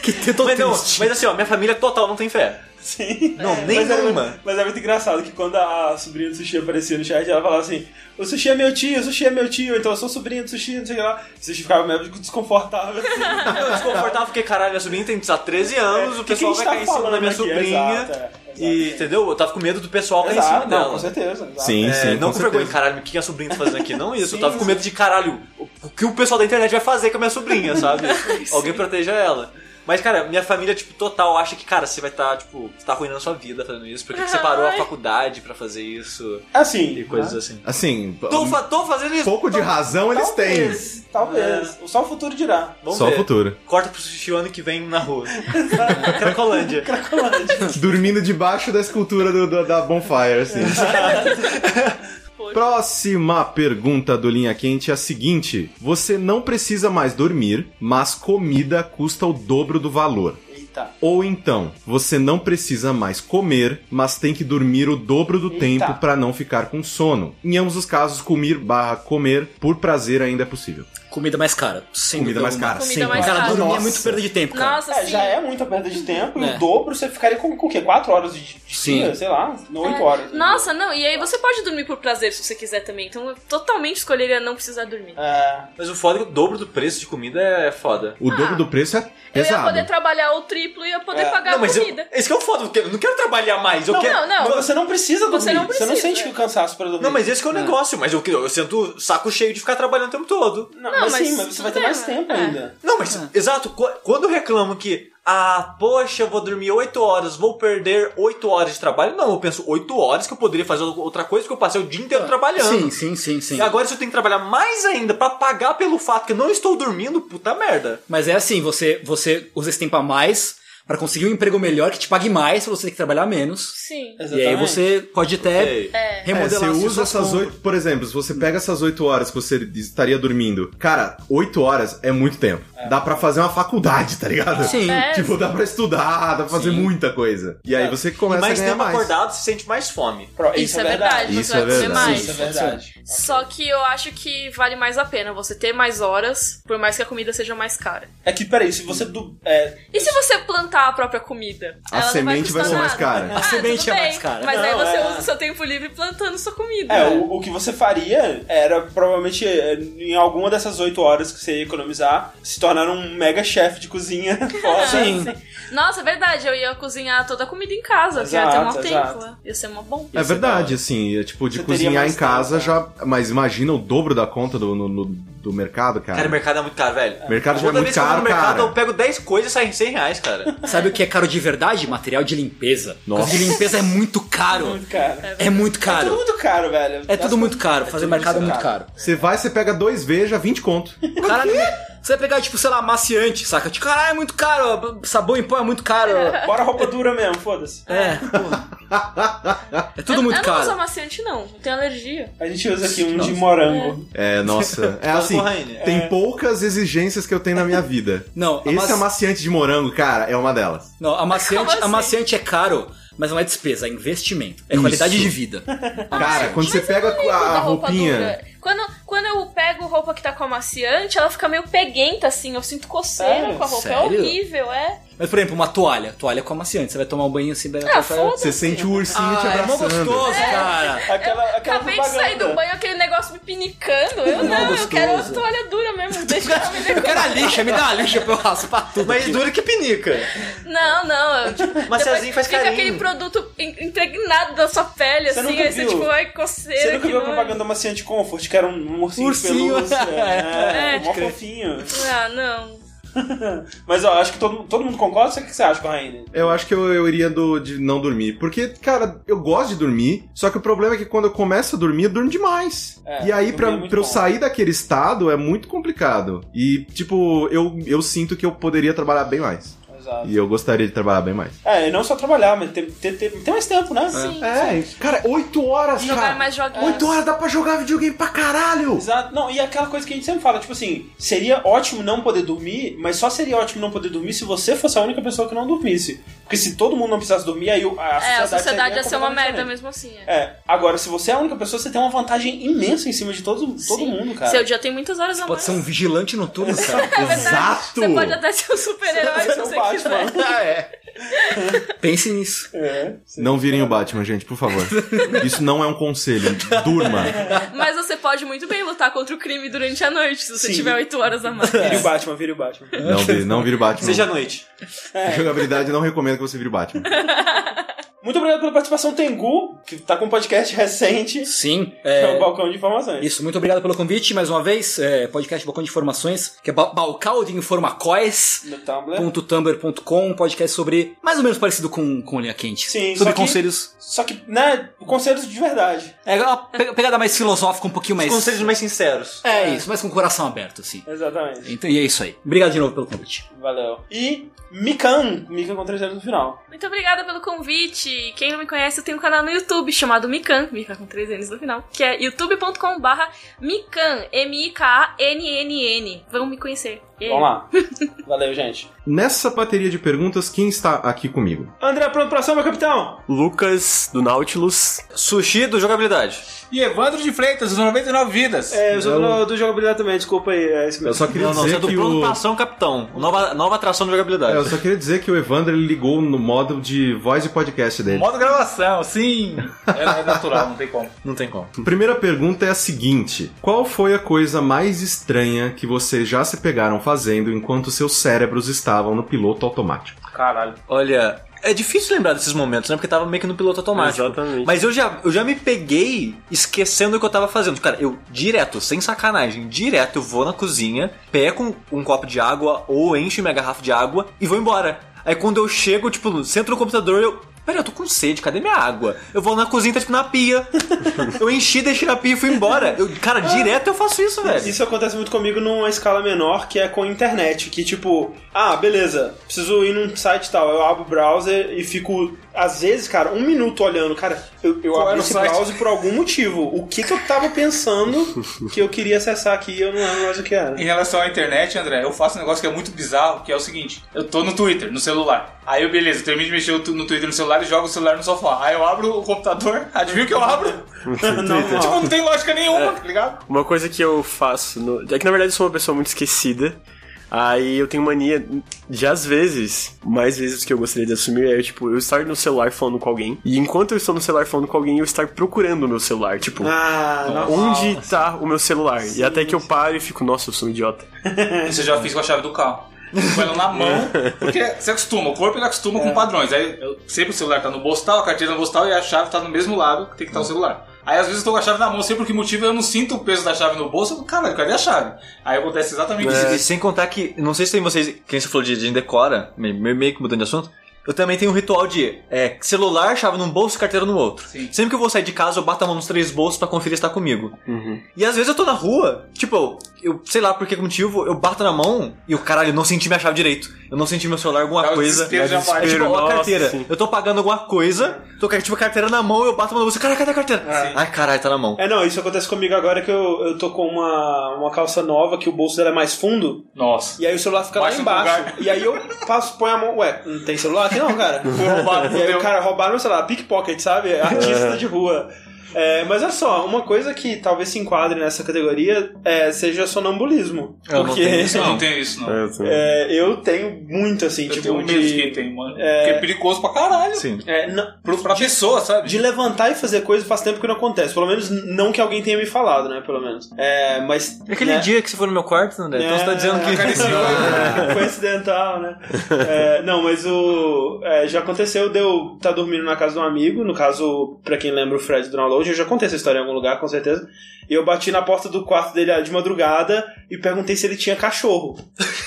[SPEAKER 4] que eu tô
[SPEAKER 3] Mas não,
[SPEAKER 4] triste.
[SPEAKER 3] mas assim, ó, minha família total não tem fé.
[SPEAKER 2] Sim.
[SPEAKER 3] Não, nem
[SPEAKER 2] mas, é,
[SPEAKER 3] nenhuma.
[SPEAKER 2] muito- mas é muito engraçado que quando a sobrinha do sushi aparecia no chat, ela falava assim: O sushi é meu tio, o sushi é meu tio, então eu sou sobrinha do sushi, não sei o que lá. O sushi ficava meio desconfortável. assim.
[SPEAKER 3] Eu desconfortável porque, caralho, minha sobrinha tem, sei lá, 13 anos,
[SPEAKER 2] É,
[SPEAKER 3] o pessoal
[SPEAKER 2] que que
[SPEAKER 3] vai
[SPEAKER 2] a
[SPEAKER 3] cair
[SPEAKER 2] gente
[SPEAKER 3] em
[SPEAKER 2] tá
[SPEAKER 3] cima da minha
[SPEAKER 2] falando aqui?
[SPEAKER 3] sobrinha.
[SPEAKER 2] Exato, é,
[SPEAKER 3] e,
[SPEAKER 2] exatamente.
[SPEAKER 3] entendeu? Eu tava com medo do pessoal cair em cima
[SPEAKER 2] Exato,
[SPEAKER 3] dela.
[SPEAKER 2] não, com certeza. exato.
[SPEAKER 1] Sim,
[SPEAKER 3] É,
[SPEAKER 1] sim,
[SPEAKER 3] não
[SPEAKER 1] com
[SPEAKER 3] com vergonha,
[SPEAKER 1] certeza.
[SPEAKER 3] caralho, o que a sobrinha tá fazendo aqui? Não isso, eu tava
[SPEAKER 2] Sim,
[SPEAKER 3] com medo de, caralho, o o que o pessoal da internet vai fazer com a minha sobrinha, sabe? Alguém proteja ela. Mas, cara, minha família, tipo, total acha que, cara, você vai estar, tipo, você tá arruinando a sua vida fazendo isso. Por que, que você parou a
[SPEAKER 5] Ai.
[SPEAKER 3] faculdade pra fazer isso? E
[SPEAKER 2] Assim.
[SPEAKER 3] coisas assim.
[SPEAKER 1] Assim,
[SPEAKER 3] Tô,
[SPEAKER 1] um
[SPEAKER 3] fa- tô fazendo isso!
[SPEAKER 1] pouco de razão eles têm.
[SPEAKER 2] Talvez, talvez. Só o futuro dirá.
[SPEAKER 3] Vamos
[SPEAKER 1] Só o
[SPEAKER 3] ver.
[SPEAKER 1] futuro.
[SPEAKER 3] Corta pro sushi o ano que vem na rua. Cracolândia.
[SPEAKER 1] Dormindo debaixo da escultura do- do- da bonfire, assim. Próxima pergunta do Linha Quente é a seguinte: Você não precisa mais dormir, mas comida custa o dobro do valor.
[SPEAKER 2] Eita.
[SPEAKER 1] Ou então, você não precisa mais comer, mas tem que dormir o dobro do
[SPEAKER 2] Eita.
[SPEAKER 1] tempo pra não ficar com sono. Em ambos os casos, comer barra comer por prazer ainda é possível.
[SPEAKER 4] Comida mais cara. Sem
[SPEAKER 1] Comida
[SPEAKER 4] dúvida
[SPEAKER 1] mais
[SPEAKER 4] alguma.
[SPEAKER 1] cara,
[SPEAKER 5] Comida
[SPEAKER 1] sim.
[SPEAKER 5] mais
[SPEAKER 4] Cara,
[SPEAKER 5] cara.
[SPEAKER 4] dormir é
[SPEAKER 1] Nossa.
[SPEAKER 4] muito perda de tempo, cara.
[SPEAKER 5] Nossa,
[SPEAKER 2] É,
[SPEAKER 5] sim.
[SPEAKER 2] já é muita perda de tempo. E
[SPEAKER 4] É.
[SPEAKER 2] o dobro você ficaria com, com o quê? 4 horas de, de
[SPEAKER 4] Sim.
[SPEAKER 2] dia, sei lá, 8
[SPEAKER 5] É.
[SPEAKER 2] horas.
[SPEAKER 5] Nossa, não, e aí você pode dormir por prazer se você quiser também. Então eu totalmente escolheria não precisar dormir.
[SPEAKER 2] É.
[SPEAKER 3] Mas o foda é que o dobro do preço de comida é foda.
[SPEAKER 1] O dobro
[SPEAKER 5] Ah.
[SPEAKER 1] do preço é
[SPEAKER 5] Eu ia
[SPEAKER 1] pesado.
[SPEAKER 5] poder trabalhar o triplo e ia poder
[SPEAKER 2] É,
[SPEAKER 5] pagar
[SPEAKER 3] não,
[SPEAKER 5] a
[SPEAKER 3] mas eu,
[SPEAKER 5] comida.
[SPEAKER 3] esse que é o foda, porque eu não quero trabalhar mais. eu
[SPEAKER 5] Não, não,
[SPEAKER 3] quero,
[SPEAKER 5] não.
[SPEAKER 2] Mas Você não precisa dormir.
[SPEAKER 5] Você
[SPEAKER 2] Você
[SPEAKER 5] não
[SPEAKER 2] não,
[SPEAKER 5] precisa,
[SPEAKER 2] sente
[SPEAKER 5] é.
[SPEAKER 2] que o cansaço pra dormir.
[SPEAKER 3] Não, mas esse que é o negócio, mas eu, eu sinto saco cheio de ficar trabalhando o tempo todo.
[SPEAKER 2] Não,
[SPEAKER 5] Não,
[SPEAKER 2] mas,
[SPEAKER 5] mas
[SPEAKER 2] sim, mas você vai ter
[SPEAKER 5] tudo bem,
[SPEAKER 2] mais tempo
[SPEAKER 5] é.
[SPEAKER 2] ainda.
[SPEAKER 3] Não, mas, exato, qu- quando eu reclamo que, ah, poxa, eu vou dormir 8 horas, vou perder 8 horas de trabalho, não, eu penso 8 horas que eu poderia fazer outra coisa que eu passei o dia inteiro trabalhando.
[SPEAKER 4] Sim, sim, sim, sim.
[SPEAKER 3] E agora se eu tenho que trabalhar mais ainda pra pagar pelo fato que eu não estou dormindo, puta merda.
[SPEAKER 4] Mas é assim, você, você usa esse tempo a mais pra conseguir um emprego melhor que te pague mais, pra você ter que trabalhar menos.
[SPEAKER 5] Sim.
[SPEAKER 4] E aí
[SPEAKER 2] Exatamente.
[SPEAKER 4] você pode até
[SPEAKER 3] Ei.
[SPEAKER 5] É.
[SPEAKER 1] É,
[SPEAKER 4] remodelar
[SPEAKER 1] você
[SPEAKER 4] assim,
[SPEAKER 1] usa
[SPEAKER 4] suas
[SPEAKER 1] essas
[SPEAKER 4] compras.
[SPEAKER 1] oito. Por exemplo, se você pega essas oito horas que você estaria dormindo, cara, oito horas é muito tempo. Dá pra fazer uma faculdade, tá ligado?
[SPEAKER 4] Sim.
[SPEAKER 5] É.
[SPEAKER 1] Tipo, dá pra estudar, dá pra fazer
[SPEAKER 4] Sim.
[SPEAKER 1] muita coisa. E aí você
[SPEAKER 3] E
[SPEAKER 1] começa
[SPEAKER 3] mais
[SPEAKER 1] a ganhar
[SPEAKER 3] tempo
[SPEAKER 1] mais.
[SPEAKER 3] acordado, se sente mais fome.
[SPEAKER 2] Pro-
[SPEAKER 5] Isso, é verdade,
[SPEAKER 1] Isso
[SPEAKER 5] você vai
[SPEAKER 1] é
[SPEAKER 5] comer
[SPEAKER 1] verdade.
[SPEAKER 5] mais.
[SPEAKER 2] Isso é verdade.
[SPEAKER 5] Só que eu acho que vale mais a pena você ter mais horas, por mais que a comida seja mais cara.
[SPEAKER 2] É que, peraí, se você. Du... É,
[SPEAKER 5] E se você plantar a própria comida?
[SPEAKER 1] A
[SPEAKER 5] Ela não
[SPEAKER 1] semente vai
[SPEAKER 5] custar
[SPEAKER 1] ser mais
[SPEAKER 5] nada.
[SPEAKER 1] cara.
[SPEAKER 5] Ah,
[SPEAKER 1] A
[SPEAKER 5] tudo
[SPEAKER 4] semente é
[SPEAKER 5] bem,
[SPEAKER 4] mais cara.
[SPEAKER 5] Mas aí
[SPEAKER 2] Não,
[SPEAKER 5] você
[SPEAKER 2] é.
[SPEAKER 5] usa o seu tempo livre plantando sua comida.
[SPEAKER 2] é, o, o que você faria era provavelmente é, em alguma dessas oito horas que você ia economizar, se tornar um mega chefe de cozinha. foda.
[SPEAKER 4] Sim.
[SPEAKER 5] Nossa, é verdade, eu ia cozinhar toda a comida em casa, que ia
[SPEAKER 2] Exato,
[SPEAKER 5] ter mó
[SPEAKER 2] exato.
[SPEAKER 5] tempo. é. Ia ser mó bom.
[SPEAKER 1] É verdade, assim, é tipo, de
[SPEAKER 2] Você teria
[SPEAKER 1] cozinhar
[SPEAKER 2] mais
[SPEAKER 1] em casa
[SPEAKER 2] tempo,
[SPEAKER 1] já. Mas imagina o dobro da conta do, no- no- do mercado, cara.
[SPEAKER 3] Cara, o mercado é muito caro, velho.
[SPEAKER 1] mercado já é
[SPEAKER 3] Toda
[SPEAKER 1] muito
[SPEAKER 3] vez que eu vou
[SPEAKER 1] caro,
[SPEAKER 3] no mercado,
[SPEAKER 1] cara.
[SPEAKER 3] eu pego 10 coisas e saem 100 reais, cara.
[SPEAKER 4] Sabe o que é caro de verdade? Material de limpeza.
[SPEAKER 1] Nossa.
[SPEAKER 4] Coisa de limpeza é muito caro.
[SPEAKER 2] Muito caro.
[SPEAKER 4] É muito
[SPEAKER 2] É tudo
[SPEAKER 4] caro.
[SPEAKER 2] muito caro, velho.
[SPEAKER 4] É tudo muito caro. Fazer
[SPEAKER 2] tudo
[SPEAKER 4] mercado é muito
[SPEAKER 2] muito
[SPEAKER 4] caro.
[SPEAKER 1] Você vai, você pega dois vezes, já 20 conto.
[SPEAKER 4] Caralho, você vai pegar, tipo, sei lá, maciante, saca? Tipo, caralho, é muito caro. Sabão em pó é muito caro.
[SPEAKER 2] Bora roupa dura mesmo, foda-se.
[SPEAKER 4] É, porra. É tudo
[SPEAKER 5] eu,
[SPEAKER 4] muito
[SPEAKER 5] eu não uso
[SPEAKER 4] caro.
[SPEAKER 5] amaciante, não. Eu tenho alergia.
[SPEAKER 2] A gente usa aqui um de morango.
[SPEAKER 1] É, nossa. É assim,
[SPEAKER 3] Corraine.
[SPEAKER 1] tem poucas exigências que eu tenho na minha vida.
[SPEAKER 4] Não,
[SPEAKER 1] Esse
[SPEAKER 4] amaci-
[SPEAKER 1] amaciante de morango, cara, é uma delas.
[SPEAKER 4] não amaciante,
[SPEAKER 5] Como assim?
[SPEAKER 4] amaciante é caro, mas não é despesa, é investimento. É
[SPEAKER 1] Isso.
[SPEAKER 4] qualidade de vida.
[SPEAKER 1] Cara, quando você pega
[SPEAKER 5] Eu
[SPEAKER 1] a,
[SPEAKER 5] limpo
[SPEAKER 1] a
[SPEAKER 5] da roupa
[SPEAKER 1] roupinha.
[SPEAKER 5] dura. Quando, quando eu pego roupa que tá com amaciante, ela fica meio peguenta, assim. Eu sinto coceira
[SPEAKER 2] Sério?
[SPEAKER 5] com a roupa. É
[SPEAKER 4] Sério?
[SPEAKER 5] horrível, é.
[SPEAKER 4] Mas, por exemplo, uma toalha. Toalha com amaciante. Você vai tomar um banho assim... vai-
[SPEAKER 5] Ah, foda-se.
[SPEAKER 1] Você sente o ursinho te
[SPEAKER 4] Ah, é mó
[SPEAKER 1] abraçando.
[SPEAKER 4] gostoso, cara.
[SPEAKER 2] Aquela, aquela
[SPEAKER 5] É. Acabei de
[SPEAKER 2] é propaganda.
[SPEAKER 5] sair do banho, aquele negócio me pinicando. Eu não, eu
[SPEAKER 4] gostoso.
[SPEAKER 5] quero uma toalha dura mesmo. Deixa ela me
[SPEAKER 4] Eu quero a
[SPEAKER 5] decorar.
[SPEAKER 4] lixa, me dá a lixa pra eu raspar tudo
[SPEAKER 3] Mas
[SPEAKER 4] aqui.
[SPEAKER 3] dura que pinica.
[SPEAKER 5] Não, não. Eu, tipo,
[SPEAKER 3] Mas
[SPEAKER 5] depois
[SPEAKER 3] Cezinha faz
[SPEAKER 5] fica
[SPEAKER 3] carinho.
[SPEAKER 5] aquele produto in- impregnado da sua pele,
[SPEAKER 2] Você
[SPEAKER 5] assim.
[SPEAKER 2] nunca
[SPEAKER 5] Aí você,
[SPEAKER 2] viu?
[SPEAKER 5] tipo, ai, coceira.
[SPEAKER 2] Você nunca
[SPEAKER 5] que
[SPEAKER 2] viu a
[SPEAKER 5] nojo.
[SPEAKER 2] propaganda do Maciante Comfort, que era um, um ursinho,
[SPEAKER 4] Ursinho,
[SPEAKER 2] de pelúcia?
[SPEAKER 4] é.
[SPEAKER 2] É, mó fofinho.
[SPEAKER 5] Ah, não.
[SPEAKER 2] Mas ó, acho que todo, todo mundo concorda, o que você acha, Corraine?
[SPEAKER 1] Eu acho que eu, eu iria do, de não dormir. Porque, cara, eu gosto de dormir, só que o problema é que quando eu começo a dormir, eu durmo demais.
[SPEAKER 2] É,
[SPEAKER 1] e aí,
[SPEAKER 2] dormir
[SPEAKER 1] pra,
[SPEAKER 2] é muito
[SPEAKER 1] pra eu
[SPEAKER 2] bom.
[SPEAKER 1] sair daquele estado, é muito complicado. E, tipo, eu, eu sinto que eu poderia trabalhar bem mais.
[SPEAKER 2] Exato.
[SPEAKER 1] E eu gostaria de trabalhar bem mais.
[SPEAKER 2] É, e não só trabalhar, mas ter, ter, ter, ter mais tempo, né?
[SPEAKER 5] Sim.
[SPEAKER 1] É, cara, oito horas,
[SPEAKER 5] Jogar
[SPEAKER 1] cara.
[SPEAKER 5] mais joguinhos.
[SPEAKER 1] Oito horas dá pra jogar videogame pra caralho.
[SPEAKER 2] Exato. Não, e aquela coisa que a gente sempre fala, tipo assim, seria ótimo não poder dormir, mas só seria ótimo não poder dormir se você fosse a única pessoa que não dormisse. Porque se todo mundo não precisasse dormir, aí o- a
[SPEAKER 5] É,
[SPEAKER 2] sociedade,
[SPEAKER 5] a sociedade
[SPEAKER 2] seria
[SPEAKER 5] ia ser uma
[SPEAKER 2] completamente
[SPEAKER 5] merda
[SPEAKER 2] diferente.
[SPEAKER 5] mesmo assim. é.
[SPEAKER 2] É, agora, se você é a única pessoa, você tem uma vantagem imensa em cima de todo, todo
[SPEAKER 5] Sim.
[SPEAKER 2] mundo, cara.
[SPEAKER 5] Seu dia tem muitas horas a mais.
[SPEAKER 4] Pode ser um vigilante noturno, cara.
[SPEAKER 1] Exato.
[SPEAKER 5] Você pode até ser um super-herói se
[SPEAKER 2] Você é um
[SPEAKER 5] você
[SPEAKER 2] Batman.
[SPEAKER 5] quiser.
[SPEAKER 4] Pense nisso.
[SPEAKER 2] É, sim.
[SPEAKER 1] Não virem o Batman, gente, por favor. Isso não é um conselho. Durma.
[SPEAKER 5] Mas você pode muito bem lutar contra o crime durante a noite, se você
[SPEAKER 2] Sim. É.
[SPEAKER 5] tiver 8 horas a mais.
[SPEAKER 2] Vire o Batman, vire o Batman.
[SPEAKER 1] Não, vire- não vire o Batman.
[SPEAKER 3] Seja à noite.
[SPEAKER 1] Jogabilidade não recomendo que você vire o Batman.
[SPEAKER 2] Muito obrigado pela participação, Tengu, que tá com um podcast recente,
[SPEAKER 4] Sim.
[SPEAKER 2] que é
[SPEAKER 4] É,
[SPEAKER 2] o Balcão de Informações.
[SPEAKER 4] isso, muito obrigado pelo convite mais uma vez. É, podcast Balcão de Informações, que é ba balcão de informacóis.
[SPEAKER 2] No Tumblr.
[SPEAKER 4] .tumblr.com, um podcast sobre mais ou menos parecido com, com Linha Quente.
[SPEAKER 2] Sim, só
[SPEAKER 4] sobre
[SPEAKER 2] que-
[SPEAKER 4] conselhos.
[SPEAKER 2] Só que, né, conselhos de verdade.
[SPEAKER 4] É uma pe- pegada mais filosófica, um pouquinho mais.
[SPEAKER 3] Conselhos mais sinceros.
[SPEAKER 4] É isso, mas com o coração aberto, assim.
[SPEAKER 2] Exatamente.
[SPEAKER 4] Então, e é isso aí. Obrigado de novo pelo convite.
[SPEAKER 2] Valeu. E Mikan, Mikan com três zeros no final.
[SPEAKER 5] Muito obrigada pelo convite. Quem não me conhece, eu tenho um canal no YouTube chamado Mikan, Mikan com três N's no final, que é youtube.com barra Mikan, M-I-K-A-N-N-N. Vão me conhecer. E aí?
[SPEAKER 2] Vamos lá. Valeu, gente.
[SPEAKER 1] Nessa bateria de perguntas, quem está aqui comigo?
[SPEAKER 2] André, pronto pra ação, meu capitão?
[SPEAKER 6] Lucas, do Nautilus.
[SPEAKER 3] Sushi do jogabilidade.
[SPEAKER 7] E Evandro de Freitas, dos 99 Vidas.
[SPEAKER 2] É, eu sou do, do jogabilidade também, desculpa aí. É isso
[SPEAKER 1] Eu
[SPEAKER 2] mesmo.
[SPEAKER 1] só queria
[SPEAKER 3] Não, não, você
[SPEAKER 1] dizer
[SPEAKER 3] é do
[SPEAKER 1] que
[SPEAKER 3] plano
[SPEAKER 1] o...
[SPEAKER 3] pra ação, capitão. Nova, nova atração de
[SPEAKER 1] É, eu
[SPEAKER 3] jogabilidade.
[SPEAKER 1] só queria dizer que o Evandro ele ligou no modo de voz e podcast dele.
[SPEAKER 7] Modo gravação, sim. É, é natural, não tem como.
[SPEAKER 3] Não tem como.
[SPEAKER 1] Primeira pergunta é a seguinte: Qual foi a coisa mais estranha que vocês já se pegaram fazendo enquanto seus cérebros estavam no piloto automático?
[SPEAKER 7] Caralho.
[SPEAKER 3] Olha, é difícil lembrar desses momentos, né? Porque tava meio que no piloto automático.
[SPEAKER 6] Exatamente.
[SPEAKER 3] Mas eu já, eu já me peguei esquecendo o que eu tava fazendo. Cara, eu direto, sem sacanagem, direto eu vou na cozinha, pego um, um copo de água ou encho minha garrafa de água e vou embora. Aí quando eu chego, tipo, centro do computador, eu. Peraí, eu tô com sede, cadê minha água? Eu vou na cozinha, tá tipo na pia. eu enchi, deixei na pia e fui embora. Eu, cara, direto eu faço isso, velho.
[SPEAKER 2] Isso acontece muito comigo numa escala menor, que é com a internet, que tipo, ah, beleza, preciso ir num site tal, eu abro o browser e fico, às vezes, cara, um minuto olhando, cara, eu, eu
[SPEAKER 7] Qual
[SPEAKER 2] abri
[SPEAKER 7] era o
[SPEAKER 2] esse
[SPEAKER 7] site?
[SPEAKER 2] browser por algum motivo. O que que eu tava pensando que eu queria acessar aqui e eu não lembro mais o que era.
[SPEAKER 7] Em relação à internet, André, eu faço um negócio que é muito bizarro, que é o seguinte. Eu tô no Twitter, no celular. Aí eu, beleza, termino de mexer no Twitter no celular e jogo o celular no sofá. Aí eu abro o computador, adivinha o que eu abro?
[SPEAKER 2] Normal.
[SPEAKER 7] Tipo, não tem lógica nenhuma, tá ligado?
[SPEAKER 6] Uma coisa que eu faço. no- É que na verdade eu sou uma pessoa muito esquecida. Aí eu tenho mania de, às vezes, mais vezes do que eu gostaria de assumir, é tipo, eu estar no celular falando com alguém. E enquanto eu estou no celular falando com alguém, eu estar procurando o meu celular. Tipo,
[SPEAKER 2] Ah,
[SPEAKER 7] um
[SPEAKER 2] não.
[SPEAKER 6] onde tá o meu celular? e até que eu paro e fico, nossa, eu sou um idiota.
[SPEAKER 7] Isso eu já fiz com a chave do carro. Com ela na mão, porque você acostuma, o corpo ele acostuma com padrões. Aí eu, sempre o celular tá no bolso tal, a carteira no bolso tal e a chave tá no mesmo lado que tem que estar o celular. Aí às vezes eu tô com a chave na mão, sei por que motivo eu não sinto o peso da chave no bolso, eu falo, caralho, cadê a chave? Aí acontece exatamente
[SPEAKER 3] E
[SPEAKER 7] isso.
[SPEAKER 3] sem contar que, não sei se tem vocês, quem você falou de, de indecora, me- me- meio que mudando de assunto, eu também tenho um ritual de é, celular, chave num bolso, carteira no outro.
[SPEAKER 7] Sim.
[SPEAKER 3] Sempre que eu vou sair de casa, eu bato a mão nos três bolsos pra conferir se tá comigo.
[SPEAKER 6] Uhum.
[SPEAKER 3] E às vezes eu tô na rua, tipo, eu, eu sei lá por que motivo, eu bato na mão e o caralho, eu não senti minha chave direito. Eu não senti meu celular, alguma
[SPEAKER 7] Dá Tá, o
[SPEAKER 3] coisa.
[SPEAKER 7] desespero, já
[SPEAKER 3] É
[SPEAKER 7] bate.
[SPEAKER 3] tipo, ó, a
[SPEAKER 6] Nossa,
[SPEAKER 3] carteira.
[SPEAKER 6] sim.
[SPEAKER 3] Eu tô pagando alguma coisa, tô com tipo, a carteira na mão, eu bato a mão no bolso, caralho, cadê a carteira?
[SPEAKER 7] Ah.
[SPEAKER 3] Ai, caralho, tá na mão.
[SPEAKER 2] É, não, isso acontece comigo agora que eu, eu tô com uma, uma calça nova que o bolso dela é mais fundo
[SPEAKER 7] Nossa.
[SPEAKER 2] e aí o celular fica lá
[SPEAKER 7] Baixa um
[SPEAKER 2] embaixo.
[SPEAKER 7] lugar.
[SPEAKER 2] E aí eu passo, ponho a mão, ué, não tem celular aqui não, cara?
[SPEAKER 7] Foi roubado,
[SPEAKER 2] E aí,
[SPEAKER 7] fudeu.
[SPEAKER 2] o cara, roubaram meu celular, pickpocket, sabe? Artista de rua. É, mas olha só, uma coisa que talvez se enquadre nessa categoria é, seja sonambulismo.
[SPEAKER 3] Eu não
[SPEAKER 2] porque
[SPEAKER 3] tenho
[SPEAKER 7] Isso eu não tem isso, não.
[SPEAKER 6] É, eu também.
[SPEAKER 2] é, eu tenho muito, assim,
[SPEAKER 7] Eu
[SPEAKER 2] tipo,
[SPEAKER 7] tenho medo de quem
[SPEAKER 2] de.
[SPEAKER 7] tem, mano. Porque é perigoso pra caralho.
[SPEAKER 3] Sim.
[SPEAKER 2] é, não-
[SPEAKER 7] Pro, pra pessoa, sabe?
[SPEAKER 2] de levantar e fazer coisa faz tempo que não acontece. Pelo menos não que alguém tenha me falado, né? Pelo menos. É, mas.
[SPEAKER 3] Aquele
[SPEAKER 2] né?
[SPEAKER 3] dia que você foi no meu quarto, André, então você tá dizendo que...
[SPEAKER 7] acariciou.
[SPEAKER 2] É, Foi acidental, né? É, não, mas o. é, já aconteceu de eu estar dormindo na casa de um amigo, no caso, pra quem lembra o Fred do Download, eu já contei essa história em algum lugar, com certeza. E eu bati na porta do quarto dele de madrugada e perguntei se ele tinha cachorro.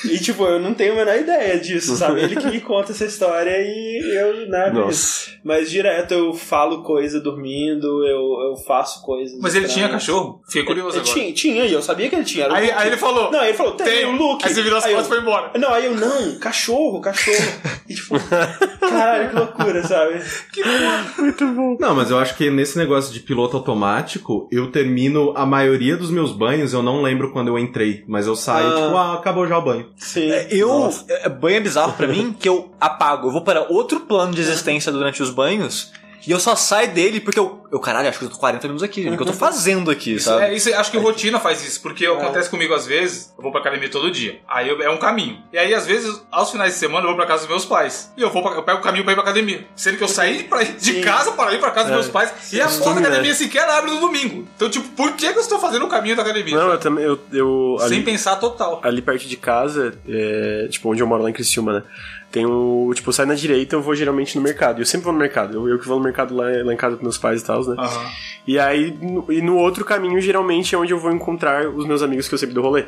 [SPEAKER 2] E tipo, eu não tenho a menor ideia disso, sabe? Ele que me conta essa história e eu, né?
[SPEAKER 6] Nossa.
[SPEAKER 2] Mas direto eu falo coisa dormindo, eu, eu faço coisas.
[SPEAKER 7] Mas ele
[SPEAKER 2] estranhas.
[SPEAKER 7] tinha cachorro? Fiquei curioso
[SPEAKER 2] Eu
[SPEAKER 7] agora.
[SPEAKER 2] Tinha, tinha, e eu sabia que ele tinha. era o
[SPEAKER 7] Aí,
[SPEAKER 2] Luke.
[SPEAKER 7] aí ele falou.
[SPEAKER 2] Não, ele falou, tem,
[SPEAKER 7] Tenho.
[SPEAKER 2] o Luke.
[SPEAKER 7] Aí você virou as
[SPEAKER 2] Aí eu-
[SPEAKER 7] costas e foi embora.
[SPEAKER 2] Não, aí eu, não, cachorro, cachorro. E tipo, caralho, que loucura, sabe?
[SPEAKER 1] Não, mas eu acho que nesse negócio de piloto automático, eu termino a maioria dos meus banhos, eu não lembro quando eu entrei, mas eu saio,
[SPEAKER 2] Ah.
[SPEAKER 1] tipo, ah, acabou já o banho.
[SPEAKER 2] Sim.
[SPEAKER 3] É, Eu. é, Banho é bizarro pra mim que
[SPEAKER 6] É.
[SPEAKER 3] eu apago. Eu vou para outro plano de existência durante os banhos. E eu só saio dele porque eu, eu, caralho, acho que eu tô 40 minutos aqui, gente, o que eu tô fazendo aqui,
[SPEAKER 7] Isso,
[SPEAKER 3] sabe?
[SPEAKER 7] é, isso, acho que rotina faz isso, porque acontece comigo às vezes, eu vou pra academia todo dia. Aí eu- é um caminho. E aí, às vezes, aos finais de semana, eu vou pra casa dos meus pais. E eu, vou pra- eu pego o caminho pra ir pra academia. Sendo que eu saí pra ir de casa para ir pra casa dos
[SPEAKER 6] É.
[SPEAKER 7] meus pais. E a porta da
[SPEAKER 6] Costume,
[SPEAKER 7] academia
[SPEAKER 6] né?
[SPEAKER 7] sequer abre no domingo. Então, tipo, por que, que eu estou fazendo o caminho da academia?
[SPEAKER 6] Não, eu também. Eu, eu,
[SPEAKER 7] Sem
[SPEAKER 6] ali,
[SPEAKER 7] pensar total.
[SPEAKER 6] ali perto de casa, é, tipo, onde eu moro lá em Criciúma, né? Tem o. Tipo, eu saio na direita, eu vou geralmente no mercado. Eu sempre vou no mercado. Eu, eu que vou no mercado lá, lá em casa com meus pais e tal, né?
[SPEAKER 7] Aham.
[SPEAKER 6] E aí, no, e no outro caminho, geralmente é onde eu vou encontrar os meus amigos que eu sempre dou rolê.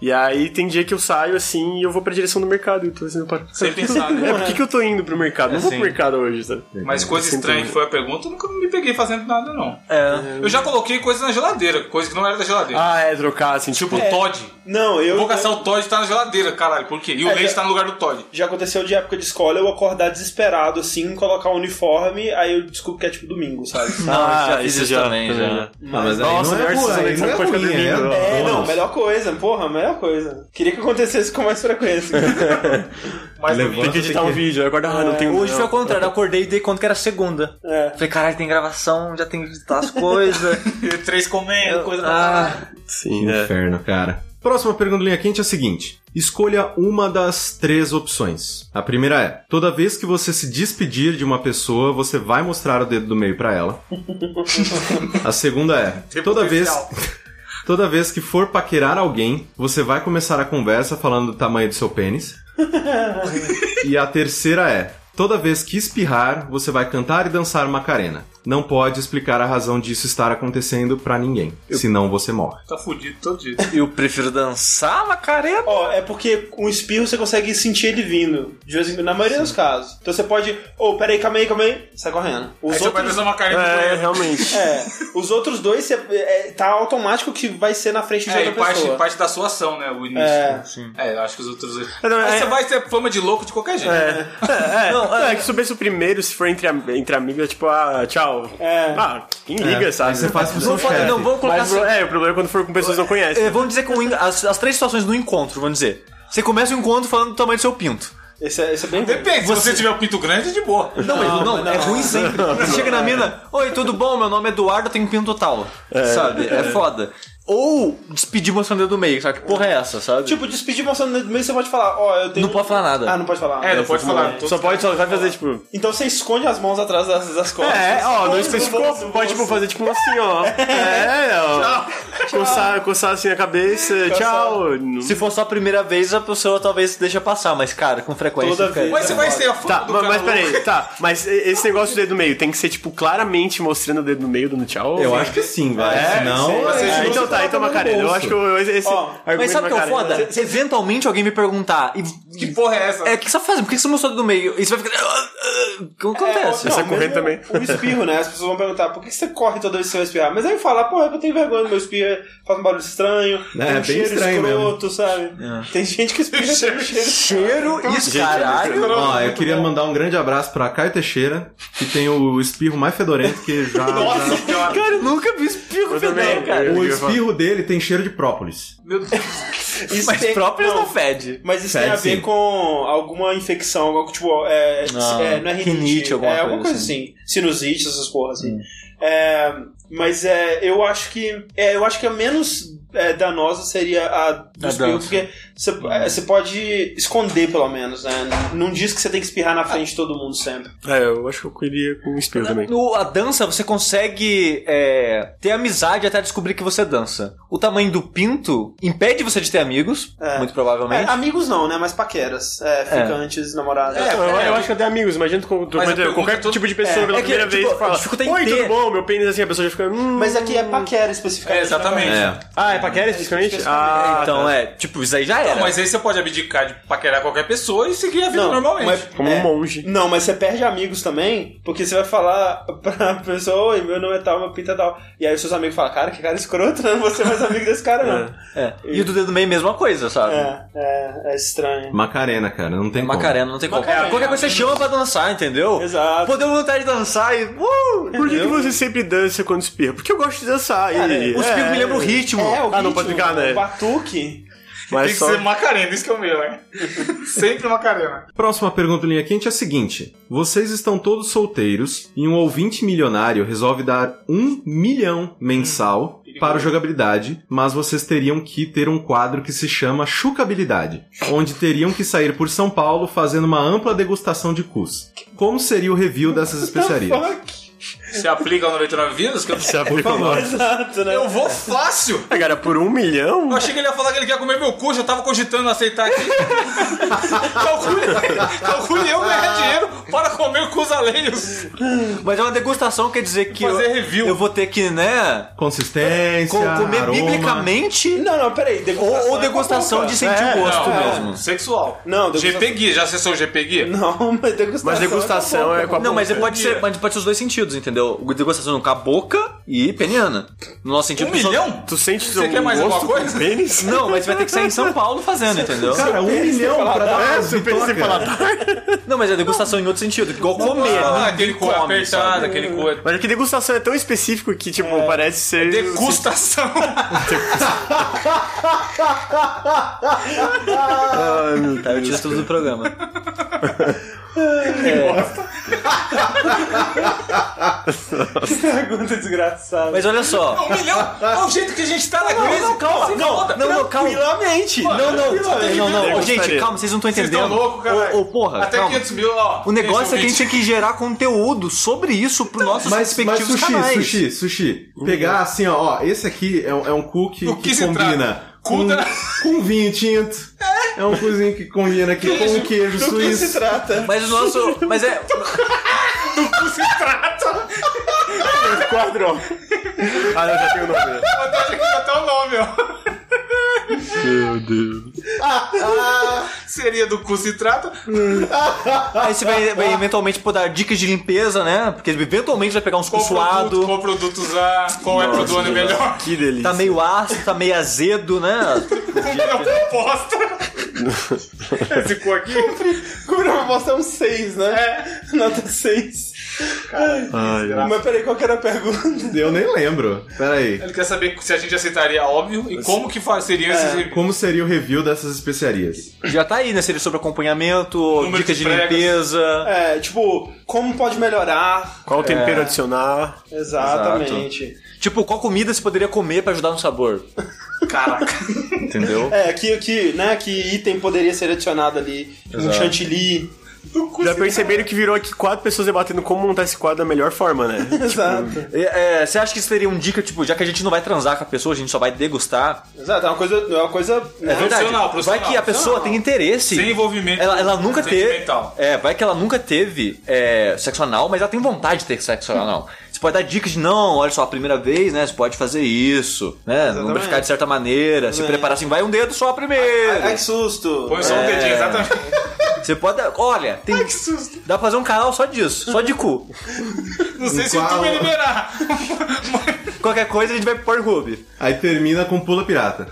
[SPEAKER 6] E aí, tem dia que eu saio assim e eu vou pra direção do mercado. E eu tô assim, eu paro.
[SPEAKER 7] Sem pensar, né?
[SPEAKER 6] É, por que, que eu tô indo pro mercado? Não vou pro mercado hoje, sabe?
[SPEAKER 7] Mas
[SPEAKER 1] Ah,
[SPEAKER 7] coisa
[SPEAKER 6] Sempre
[SPEAKER 7] estranha que
[SPEAKER 6] muito.
[SPEAKER 7] foi a pergunta, eu nunca me peguei fazendo nada, não.
[SPEAKER 3] É.
[SPEAKER 7] Eu já coloquei coisa na geladeira, coisa que não era da geladeira.
[SPEAKER 6] Ah, é, trocar assim, tipo.
[SPEAKER 7] tipo, Todd.
[SPEAKER 2] Não, eu.
[SPEAKER 7] Eu vou caçar o Todd tá na geladeira, caralho. Por quê? E o
[SPEAKER 2] É,
[SPEAKER 7] leite
[SPEAKER 2] já-
[SPEAKER 7] tá no lugar do Todd.
[SPEAKER 2] Já aconteceu de época de escola eu acordar desesperado, assim, colocar o uniforme, aí eu descubro que é tipo domingo, sabe?
[SPEAKER 3] Ah,
[SPEAKER 6] Ah,
[SPEAKER 3] já fiz
[SPEAKER 6] isso
[SPEAKER 3] isso
[SPEAKER 6] já,
[SPEAKER 3] também,
[SPEAKER 6] também,
[SPEAKER 3] já.
[SPEAKER 1] Ah, mas aí
[SPEAKER 6] Nossa,
[SPEAKER 1] não é
[SPEAKER 6] versus
[SPEAKER 1] boa, aí
[SPEAKER 6] Alexandre
[SPEAKER 1] não é
[SPEAKER 6] pode ficar
[SPEAKER 1] ruim, aí
[SPEAKER 6] dormindo,
[SPEAKER 1] é
[SPEAKER 2] É,
[SPEAKER 1] bônus.
[SPEAKER 2] não, melhor coisa, porra, melhor coisa. Queria que acontecesse com mais frequência.
[SPEAKER 1] Levanta,
[SPEAKER 7] Mas domingo-
[SPEAKER 6] Tem que editar
[SPEAKER 1] tem
[SPEAKER 6] um
[SPEAKER 1] que-
[SPEAKER 6] víeo, eu acordo, ah, não tenho
[SPEAKER 3] É, Hoje
[SPEAKER 6] não.
[SPEAKER 3] foi ao contrário, eu acordei e dei conta que era segunda.
[SPEAKER 2] É.
[SPEAKER 3] Falei, caralho, tem gravação, já tem que editar as coisas.
[SPEAKER 7] Três comendo, coisa pra
[SPEAKER 3] ah,
[SPEAKER 6] Sim,
[SPEAKER 1] Que
[SPEAKER 6] é.
[SPEAKER 1] Inferno, cara. né? Próxima pergunta do linha quente é a seguinte: escolha uma das três opções. A primeira é: toda vez que você se despedir de uma pessoa, você vai mostrar o dedo do meio pra ela. a segunda é:
[SPEAKER 7] Tem
[SPEAKER 1] toda vez
[SPEAKER 7] potencial.
[SPEAKER 1] toda vez que for paquerar alguém, você vai começar a conversa falando do tamanho do seu pênis. e a terceira é: toda vez que espirrar, você vai cantar e dançar Macarena. Não pode explicar a razão disso estar acontecendo pra ninguém, senão você morre.
[SPEAKER 7] Tá fudido todo dia.
[SPEAKER 3] eu prefiro dançar Macarena.
[SPEAKER 2] Ó, é porque um espirro você consegue sentir ele vindo. De vez em quando, na maioria dos casos. Então você pode. Ô, peraí, calma aí, calma aí. Sai correndo. Os
[SPEAKER 7] Aí você vai
[SPEAKER 2] outros.
[SPEAKER 7] fazer uma carinha no
[SPEAKER 6] É,
[SPEAKER 7] banheiro.
[SPEAKER 6] realmente.
[SPEAKER 2] É, os outros dois você, é, tá automático que vai ser na frente de
[SPEAKER 7] É, e
[SPEAKER 2] outra pessoa.
[SPEAKER 7] parte, parte da sua ação, né? O início.
[SPEAKER 2] É.
[SPEAKER 7] É, eu acho que os outros. Mas
[SPEAKER 6] Não, é-
[SPEAKER 7] você vai ter fama de louco de qualquer jeito.
[SPEAKER 6] É, é, não, é, que se soubesse o primeiro, se for entre, am- entre amigos, é tipo, ah, tchau.
[SPEAKER 2] É.
[SPEAKER 6] Ah, quem liga, sabe?
[SPEAKER 1] Você faz pro seu
[SPEAKER 3] Não, pode-
[SPEAKER 1] chefe.
[SPEAKER 3] não, vamos colocar
[SPEAKER 6] Mas,
[SPEAKER 3] assim.
[SPEAKER 6] é, o problema é quando for com pessoas que não conhecem.
[SPEAKER 3] É, vamos dizer que o en- as, as três situações no encontro, vamos dizer. Você começa o encontro falando do tamanho do seu pinto.
[SPEAKER 2] Esse, é- esse é bem ruim.
[SPEAKER 7] Depende, se você tiver o pinto grande, de boa.
[SPEAKER 3] Não, não, não, é ruim sempre. Você chega na mina, oi, tudo bom? Meu nome é Eduardo, eu tenho pinto total. sabe? É, foda. Ou despedir mostrando o dedo do meio, sabe? Que porra é essa, sabe?
[SPEAKER 2] Tipo, despedir mostrando no meio, você pode falar, ó, eu tenho.
[SPEAKER 3] Não pode falar nada.
[SPEAKER 2] Ah, não pode falar.
[SPEAKER 7] É, não pode falar. Tô-
[SPEAKER 6] Só pode, só vai fazer, tipo...
[SPEAKER 2] Então você esconde as mãos atrás das, das costas.
[SPEAKER 6] É, ó, não
[SPEAKER 2] Bolso,
[SPEAKER 6] especificou.
[SPEAKER 2] bolso,
[SPEAKER 6] Pode, tipo,
[SPEAKER 2] bolso.
[SPEAKER 6] fazer, tipo, assim, ó. É, ó. Coçar, coçar assim a cabeça, tchau. Não-
[SPEAKER 3] Se for só a primeira vez, a pessoa talvez deixa passar, mas, cara, com frequência.
[SPEAKER 2] Toda
[SPEAKER 3] fica-
[SPEAKER 2] vez.
[SPEAKER 7] Mas você vai ser a fama
[SPEAKER 6] Tá,
[SPEAKER 7] do
[SPEAKER 6] mas,
[SPEAKER 7] cara
[SPEAKER 6] mas
[SPEAKER 7] louco.
[SPEAKER 6] peraí, tá. Mas e- esse negócio do dedo no meio tem que ser, tipo, claramente mostrando o dedo no meio, dando tchau?
[SPEAKER 1] Eu acho que sim, vai.
[SPEAKER 6] É,
[SPEAKER 1] Senão.
[SPEAKER 2] sim,
[SPEAKER 1] é,
[SPEAKER 6] É,
[SPEAKER 2] justo,
[SPEAKER 6] então tá, então Macarena. Eu acho que eu, esse
[SPEAKER 2] Ó,
[SPEAKER 3] Mas
[SPEAKER 6] argumento né?
[SPEAKER 3] sabe o que é o
[SPEAKER 6] Macarena-
[SPEAKER 3] foda? Se eventualmente alguém me perguntar, e,
[SPEAKER 7] Que porra é essa?
[SPEAKER 3] é, o que você tá fazendo? Por que você mostrou o dedo do meio? E você vai ficar. "Ah, ah", O que acontece?
[SPEAKER 2] É, ó,
[SPEAKER 6] Essa
[SPEAKER 2] não,
[SPEAKER 6] corrente
[SPEAKER 2] mesmo
[SPEAKER 6] também.
[SPEAKER 2] O espirro, né? As pessoas vão perguntar por que você corre toda vez que você vai espirrar. Mas aí eu falo, pô, é que eu tenho vergonha do meu espirro, faz um barulho estranho, tem
[SPEAKER 3] É,
[SPEAKER 2] um
[SPEAKER 1] é, bem
[SPEAKER 2] cheiro
[SPEAKER 1] estranho
[SPEAKER 2] escroto, sabe? Tem gente que espirra tem um cheiro.
[SPEAKER 3] Cheiro e caralho.
[SPEAKER 1] Ó, eu queria mandar um grande abraço pra Caio Teixeira, que tem o espirro mais fedorento que já.
[SPEAKER 7] Nossa
[SPEAKER 1] já-
[SPEAKER 7] senhora.
[SPEAKER 3] Cara, eu nunca vi espirro
[SPEAKER 6] Eu também,
[SPEAKER 3] fedendo, cara.
[SPEAKER 6] eu-
[SPEAKER 1] O
[SPEAKER 6] eu-
[SPEAKER 1] espirro dele tem cheiro de própolis.
[SPEAKER 7] Meu Deus.
[SPEAKER 2] Isso
[SPEAKER 3] Mas
[SPEAKER 2] tem-
[SPEAKER 3] próprias
[SPEAKER 2] não,
[SPEAKER 3] não fede.
[SPEAKER 2] Mas isso
[SPEAKER 1] Fede,
[SPEAKER 2] tem a ver
[SPEAKER 1] sim.
[SPEAKER 2] com alguma infecção, alguma, tipo, é,
[SPEAKER 3] Ah,
[SPEAKER 2] é, não é rinite,
[SPEAKER 3] rinite, alguma
[SPEAKER 2] é alguma
[SPEAKER 3] coisa
[SPEAKER 2] coisa assim. Sinusite, essas porras assim. É, mas é, eu acho que é, eu acho que a menos é, danosa seria a do
[SPEAKER 3] A
[SPEAKER 2] espirro,
[SPEAKER 3] dança.
[SPEAKER 2] porque você é, você pode esconder pelo menos, né? Não diz que você tem que espirrar na frente de todo mundo sempre.
[SPEAKER 6] É, eu acho que eu queria com o espelho também.
[SPEAKER 3] No, a dança, você consegue é, ter amizade até descobrir que você dança. O tamanho do pinto impede você de ter amigos,
[SPEAKER 2] É.
[SPEAKER 3] muito
[SPEAKER 2] É,
[SPEAKER 3] provavelmente.
[SPEAKER 2] amigos não, né? Mas paqueras, é, ficantes, namoradas.
[SPEAKER 7] É,
[SPEAKER 6] Eu, eu acho que até amigos, imagina tu, tu,
[SPEAKER 7] Mas a
[SPEAKER 6] tu-
[SPEAKER 7] pergunta
[SPEAKER 6] qualquer
[SPEAKER 7] é tudo-
[SPEAKER 6] tipo de pessoa pela
[SPEAKER 3] é que,
[SPEAKER 6] primeira
[SPEAKER 3] tipo,
[SPEAKER 6] vez tu fala.
[SPEAKER 3] dificulta em
[SPEAKER 6] Oi,
[SPEAKER 3] ter."
[SPEAKER 6] tudo bom? Meu pênis assim, a pessoa já fica. Hum,
[SPEAKER 2] Mas aqui é paquera especificamente.
[SPEAKER 7] É, exatamente.
[SPEAKER 2] né?
[SPEAKER 1] É.
[SPEAKER 6] Ah, é paquera especificamente? Ah,
[SPEAKER 3] então
[SPEAKER 6] tá.
[SPEAKER 3] é, tipo, isso aí já era.
[SPEAKER 7] Não, mas aí você pode abdicar de paquerar qualquer pessoa e seguir a vida normalmente.
[SPEAKER 3] é.
[SPEAKER 2] mas- é,
[SPEAKER 6] Como um monge.
[SPEAKER 2] Não, mas você perde amigos também, porque você vai falar pra pessoa, oi, meu nome é tal, meu pinta é tal. E aí os seus amigos falam, cara, que cara escroto, né? Não vou ser mais amigo desse cara, não.
[SPEAKER 3] É. E o do dedo do meio, mesma coisa, sabe?
[SPEAKER 2] É, é, é estranho.
[SPEAKER 1] Macarena, cara, não
[SPEAKER 3] É
[SPEAKER 1] tem
[SPEAKER 3] Macarena, não tem como.
[SPEAKER 2] Macarena.
[SPEAKER 3] Qualquer coisa você chama pra dançar, entendeu?
[SPEAKER 2] Exato.
[SPEAKER 3] Pô, deu vontade de dançar e. Uh!
[SPEAKER 6] Por que, que você sempre dança quando espirra? Porque eu gosto de dançar.
[SPEAKER 2] Cara,
[SPEAKER 6] e,
[SPEAKER 2] o
[SPEAKER 3] Os
[SPEAKER 6] é,
[SPEAKER 3] pingos me lembram o ritmo.
[SPEAKER 2] É, o
[SPEAKER 6] Ah, não
[SPEAKER 2] ritmo,
[SPEAKER 6] pode ficar, né?
[SPEAKER 2] O batuque.
[SPEAKER 7] Tem
[SPEAKER 6] Mas
[SPEAKER 7] que
[SPEAKER 6] só...
[SPEAKER 7] ser Macarena, isso que é o meu, né? Sempre Macarena.
[SPEAKER 1] Próxima pergunta do linha quente é a seguinte: Vocês estão todos solteiros e um ouvinte milionário resolve dar um milhão
[SPEAKER 6] Hum,
[SPEAKER 1] mensal para o jogabilidade, mas vocês teriam que ter um quadro que se chama Chucabilidade, onde teriam que sair por São Paulo fazendo uma ampla degustação de cus. Como seria o review dessas especiarias?
[SPEAKER 7] Se aplica no 99 vidas, que eu
[SPEAKER 6] Se abre com nós.
[SPEAKER 2] Exato, né?
[SPEAKER 7] Eu vou fácil!
[SPEAKER 6] Ah, Cara, por um milhão?
[SPEAKER 7] Eu achei que ele ia falar que ele quer comer meu cu, já tava cogitando aceitar aqui. calcule, calcule tá eu ganhar dinheiro para comer cus alheios.
[SPEAKER 3] Mas é uma degustação, quer dizer que
[SPEAKER 7] Fazer
[SPEAKER 3] eu,
[SPEAKER 7] review.
[SPEAKER 3] eu vou ter que, né?
[SPEAKER 1] Consistência,
[SPEAKER 3] co- comer
[SPEAKER 1] aroma.
[SPEAKER 3] biblicamente
[SPEAKER 2] Não, não, peraí. é
[SPEAKER 3] ou, ou degustação de sentir o gosto
[SPEAKER 7] Não, é.
[SPEAKER 3] mesmo.
[SPEAKER 7] Sexual.
[SPEAKER 2] Não, degustação-
[SPEAKER 7] GP Gui, já acessou o GP Gui?
[SPEAKER 2] Não, mas degustação.
[SPEAKER 6] Mas degustação é com a
[SPEAKER 3] Não, mas
[SPEAKER 6] boca.
[SPEAKER 3] pode ser, mas pode ser os dois sentidos, entendeu? Degustação com a boca e peniana. No nosso sentido.
[SPEAKER 7] Um
[SPEAKER 3] pessoal-
[SPEAKER 7] milhão?
[SPEAKER 6] Tu sente
[SPEAKER 7] Você
[SPEAKER 6] um
[SPEAKER 7] quer mais
[SPEAKER 6] gosto
[SPEAKER 7] alguma coisa?
[SPEAKER 6] com pênis?
[SPEAKER 3] Não, mas você vai ter que sair em São Paulo fazendo, entendeu?
[SPEAKER 1] Cara, um milhão pra dar uma
[SPEAKER 6] É, se pensa em
[SPEAKER 1] bitoca.
[SPEAKER 6] paladar.
[SPEAKER 3] Não, mas é degustação em outro sentido, igual comer. né?
[SPEAKER 7] Ah,
[SPEAKER 3] ninguém
[SPEAKER 7] aquele cu
[SPEAKER 3] come,
[SPEAKER 7] apertado,
[SPEAKER 3] sabe?
[SPEAKER 7] aquele cu.
[SPEAKER 6] Mas é que degustação é tão específico que, tipo, parece ser...
[SPEAKER 7] Degustação.
[SPEAKER 6] Ah, meu
[SPEAKER 3] Tá, eu
[SPEAKER 6] Deus.
[SPEAKER 3] tiro tudo do programa.
[SPEAKER 2] Pergunta desgraçada.
[SPEAKER 3] Mas olha só.
[SPEAKER 7] Um milhão? Olha o jeito que a gente tá na crise.
[SPEAKER 3] Não, calma,
[SPEAKER 7] Se
[SPEAKER 3] não,
[SPEAKER 7] foda.
[SPEAKER 3] não, não, calma.
[SPEAKER 2] Tranquilamente.
[SPEAKER 3] Não, não, não, não,
[SPEAKER 6] Eu
[SPEAKER 3] Ô, gente,
[SPEAKER 6] gostaria.
[SPEAKER 3] calma, vocês não estão
[SPEAKER 7] Vocês tão
[SPEAKER 3] entendendo.
[SPEAKER 7] louco, cara.
[SPEAKER 3] Ô, ô, porra,
[SPEAKER 7] Até
[SPEAKER 3] calma.
[SPEAKER 7] 500 mil, ó.
[SPEAKER 3] O negócio é que a gente
[SPEAKER 7] gente Então,
[SPEAKER 3] tem que gerar conteúdo sobre isso pro nossos
[SPEAKER 1] Mas, mas
[SPEAKER 3] respectivos
[SPEAKER 1] sushi,
[SPEAKER 3] canais.
[SPEAKER 1] sushi, sushi. Pegar assim, ó, ó, esse aqui é, um- é um cookie
[SPEAKER 7] Do
[SPEAKER 1] que,
[SPEAKER 7] que se
[SPEAKER 1] combina
[SPEAKER 7] trata? Cu
[SPEAKER 1] com,
[SPEAKER 7] da-
[SPEAKER 1] com vinho tinto. É. um cozinho que combina aqui com um queijo
[SPEAKER 2] Do que se
[SPEAKER 1] suíço.
[SPEAKER 2] trata?
[SPEAKER 3] Mas o nosso. Mas é.
[SPEAKER 6] Quadro. Ah, não, já tenho o nome.
[SPEAKER 7] tá até o nome, ó.
[SPEAKER 6] Meu Deus.
[SPEAKER 3] Ah,
[SPEAKER 7] Seria do cu se trata.
[SPEAKER 3] Aí você vai,
[SPEAKER 7] Ah.
[SPEAKER 3] vai eventualmente pô, dar dicas de limpeza, né? Porque eventualmente vai pegar uns tá
[SPEAKER 7] Qual produto,
[SPEAKER 3] suado.
[SPEAKER 7] qual produto usar, qual é pro dono melhor.
[SPEAKER 6] Que delícia.
[SPEAKER 3] Tá meio ácido, tá meio azedo, né?
[SPEAKER 7] Comida proposta. Esse cu aqui.
[SPEAKER 2] Cura proposta é um 6, né? É. Nota 6.
[SPEAKER 6] Ai,
[SPEAKER 2] Mas peraí, qual que era a pergunta?
[SPEAKER 1] Eu nem lembro. Pera aí.
[SPEAKER 7] Ele quer saber se a gente aceitaria, óbvio, e como que fa- seriam
[SPEAKER 3] É.
[SPEAKER 7] esses...
[SPEAKER 1] Como seria o review dessas especiarias?
[SPEAKER 3] Já tá aí, né? Seria sobre acompanhamento,
[SPEAKER 7] Número
[SPEAKER 3] dicas
[SPEAKER 7] de
[SPEAKER 3] de,
[SPEAKER 7] pregas.
[SPEAKER 3] limpeza.
[SPEAKER 2] É, tipo, como pode melhorar?
[SPEAKER 6] Qual tempero adicionar?
[SPEAKER 2] Exatamente.
[SPEAKER 3] Tipo, qual comida você poderia comer pra ajudar no sabor?
[SPEAKER 7] Caraca.
[SPEAKER 3] Entendeu?
[SPEAKER 2] É, que, que, né, que item poderia ser adicionado ali? Um chantilly.
[SPEAKER 6] Já perceberam que virou aqui quatro pessoas debatendo como montar esse quadro da melhor forma, né?
[SPEAKER 2] tipo, Exato.
[SPEAKER 3] É, é, você acha que isso seria um dica, tipo, já que a gente não vai transar com a pessoa, a gente só vai degustar?
[SPEAKER 2] Exato, é uma coisa. É uma coisa né?
[SPEAKER 3] É verdade.
[SPEAKER 7] Profissional, profissional,
[SPEAKER 3] vai que a pessoa
[SPEAKER 7] profissional.
[SPEAKER 3] tem interesse.
[SPEAKER 7] Sem envolvimento
[SPEAKER 3] Ela, ela nunca teve.
[SPEAKER 7] sentimental.
[SPEAKER 3] É, vai que ela nunca teve é, sexo anal, mas ela tem vontade de ter sexo
[SPEAKER 7] Hum.
[SPEAKER 3] anal. Você pode dar dicas de não, olha só, a primeira vez, né? Você pode fazer isso, né? Não Lubrificar de certa maneira, se preparar assim, vai um dedo só primeiro.
[SPEAKER 2] É. Ai, que susto! É.
[SPEAKER 7] Põe só
[SPEAKER 3] É.
[SPEAKER 7] um dedinho, exatamente.
[SPEAKER 3] Você pode. dar- Olha, tem. Dá pra fazer um canal só disso, só de cu.
[SPEAKER 7] Não sei se o YouTube vai liberar.
[SPEAKER 3] Qualquer coisa a gente vai pro Pornhub.
[SPEAKER 1] Aí termina com pula pirata.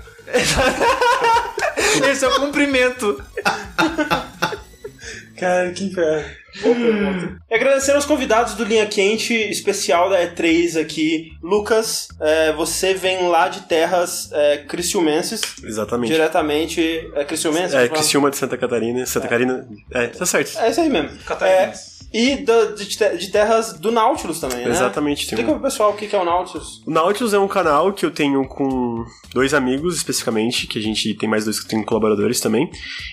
[SPEAKER 3] Esse é o cumprimento.
[SPEAKER 2] Cara, que inferno. E agradecendo aos convidados do Linha Quente especial da E3 aqui. Lucas, é, você vem lá de terras é, criciumenses,
[SPEAKER 6] Exatamente.
[SPEAKER 2] diretamente. É criciumenses?
[SPEAKER 6] É,
[SPEAKER 2] Vamos falar?
[SPEAKER 6] Criciúma de Santa Catarina. Santa Catarina... É, tá certo.
[SPEAKER 2] É isso aí mesmo. É, e da- de, te- de terras do Nautilus também, né?
[SPEAKER 6] Exatamente. Tem
[SPEAKER 2] Explica
[SPEAKER 6] um...
[SPEAKER 2] pro pessoal o que que é o Nautilus.
[SPEAKER 6] O Nautilus é um canal que eu tenho com dois amigos, especificamente, que a gente tem mais dois que tem colaboradores também.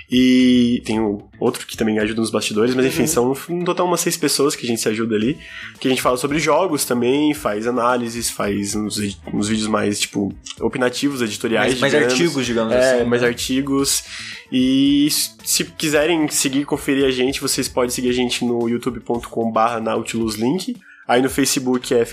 [SPEAKER 6] E tem um outro que também ajuda nos bastidores, mas enfim,
[SPEAKER 3] Uhum.
[SPEAKER 6] são no total umas seis pessoas que a gente se ajuda ali. Que a gente fala sobre jogos também, faz análises, faz uns, ed- uns vídeos mais, tipo, opinativos, editoriais.
[SPEAKER 3] Mais, mais
[SPEAKER 6] digamos.
[SPEAKER 3] artigos, digamos
[SPEAKER 6] É,
[SPEAKER 3] assim.
[SPEAKER 6] mais artigos. E s- se quiserem seguir e conferir a gente, vocês podem seguir a gente no youtube.com/barra nautiluslink. Aí no Facebook é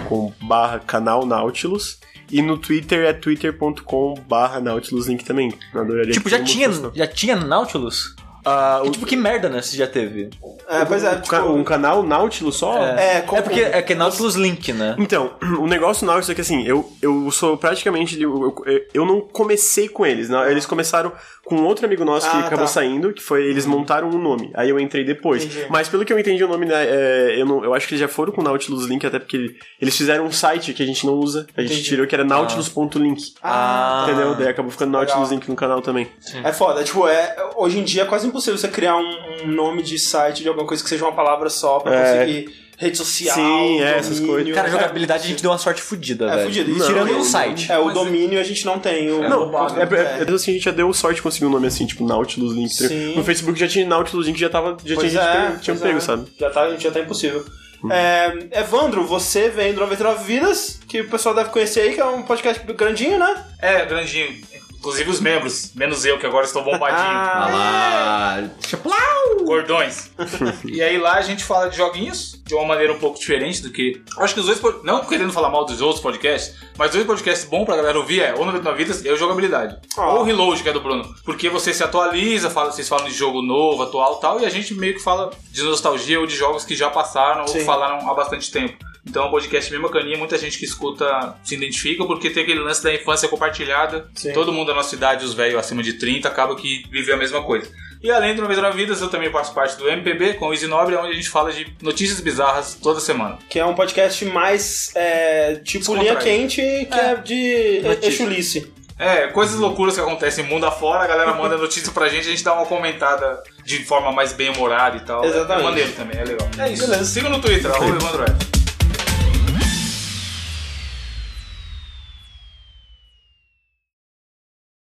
[SPEAKER 6] facebook.com/barra canal Nautilus. E no Twitter é twitter.com/barra nautiluslink também. Eu adoraria
[SPEAKER 3] Tipo,
[SPEAKER 6] que
[SPEAKER 3] já
[SPEAKER 6] todo mundo
[SPEAKER 3] tinha,
[SPEAKER 6] fosse-
[SPEAKER 3] já tinha Nautilus?
[SPEAKER 6] Ah,
[SPEAKER 3] E,
[SPEAKER 6] o-
[SPEAKER 3] tipo, que merda, né? Você já teve.
[SPEAKER 2] É, pois é,
[SPEAKER 6] um
[SPEAKER 2] tipo,
[SPEAKER 6] ca- um canal Nautilus só?
[SPEAKER 2] É, com-
[SPEAKER 3] é porque é que é Nautilus Link, né?
[SPEAKER 6] Então, o negócio do Nautilus é que assim, eu, eu sou praticamente. Eu, eu- eu não comecei com eles, né? Eles começaram com outro amigo nosso que
[SPEAKER 2] Ah,
[SPEAKER 6] acabou
[SPEAKER 2] tá.
[SPEAKER 6] saindo, que foi. Eles montaram um nome. Aí eu entrei depois.
[SPEAKER 2] Entendi.
[SPEAKER 6] Mas pelo que eu entendi o nome, né, é, eu, não- eu acho que eles já foram com o Nautilus Link, até porque eles fizeram um site que a gente não usa. A gente
[SPEAKER 2] Entendi. Ah.
[SPEAKER 6] tirou que era nautilus.link.
[SPEAKER 3] Ah.
[SPEAKER 6] Entendeu? Daí acabou ficando Nautilus
[SPEAKER 2] Legal.
[SPEAKER 6] Link no canal também.
[SPEAKER 2] É foda, tipo, é, hoje em dia é quase impossível você criar um, um nome de site de alguma coisa que seja uma palavra só pra
[SPEAKER 6] É.
[SPEAKER 2] conseguir rede social,
[SPEAKER 6] Sim, é, essas
[SPEAKER 2] domínio.
[SPEAKER 6] coisas.
[SPEAKER 3] Cara, a
[SPEAKER 2] É,
[SPEAKER 3] jogabilidade a gente deu uma sorte fodida,
[SPEAKER 2] é,
[SPEAKER 3] velho.
[SPEAKER 2] fudido. Isso
[SPEAKER 3] Tirando
[SPEAKER 2] é-
[SPEAKER 3] um site.
[SPEAKER 2] É, o
[SPEAKER 7] Mas-
[SPEAKER 2] domínio a gente não tem. O,
[SPEAKER 6] Não,
[SPEAKER 7] roubado,
[SPEAKER 6] é,
[SPEAKER 2] né?
[SPEAKER 6] é, é assim, a gente já deu sorte de conseguir um nome assim, tipo Nautilus Link.
[SPEAKER 2] Sim.
[SPEAKER 6] No Facebook já tinha Nautilus Link, já tava. Já tinha
[SPEAKER 2] Pois
[SPEAKER 6] gente
[SPEAKER 2] é,
[SPEAKER 6] que tinha
[SPEAKER 2] pois
[SPEAKER 6] pego,
[SPEAKER 2] é.
[SPEAKER 6] sabe? Uhum.
[SPEAKER 2] Já tá, já tá impossível. É, Evandro, você vem do 99 Vidas, que o pessoal deve conhecer aí, que é um podcast grandinho, né?
[SPEAKER 7] É, grandinho. Inclusive os membros, menos eu, que agora estou bombadinho.
[SPEAKER 1] Ah lá.
[SPEAKER 7] Gordões. e aí lá a gente fala de joguinhos de uma maneira um pouco diferente do que. Acho que os dois. pod- Não querendo falar mal dos outros podcasts, mas dois podcasts bons pra galera ouvir é ou 99 Vidas e o Jogabilidade.
[SPEAKER 2] Ah.
[SPEAKER 7] Ou o Reload, que é do Bruno. Porque você se atualiza, fala, vocês falam de jogo novo, atual e tal, e a gente meio que fala de nostalgia ou de jogos que já passaram
[SPEAKER 2] Sim.
[SPEAKER 7] ou falaram há bastante tempo. Então é um podcast bem bacaninha, muita gente que escuta se identifica, porque tem aquele lance da infância compartilhada.
[SPEAKER 2] Sim.
[SPEAKER 7] Todo mundo da nossa idade, os velhos acima de 30, acaba que vive a mesma coisa. E além do Uma Vez na Vida, eu também faço parte do MPB com o Easy Nobre, onde a gente fala de notícias bizarras toda semana.
[SPEAKER 2] Que é um podcast mais é, tipo linha
[SPEAKER 7] Descontraído.
[SPEAKER 2] quente, que é, de
[SPEAKER 7] Notícia.
[SPEAKER 2] Exulice.
[SPEAKER 7] É, coisas loucuras que acontecem mundo afora, a galera manda notícia pra gente, a gente dá uma comentada de forma mais bem-humorada e tal.
[SPEAKER 2] Exatamente.
[SPEAKER 7] É maneiro também, é legal. É isso. Beleza. Siga no Twitter, arroba Evandro F.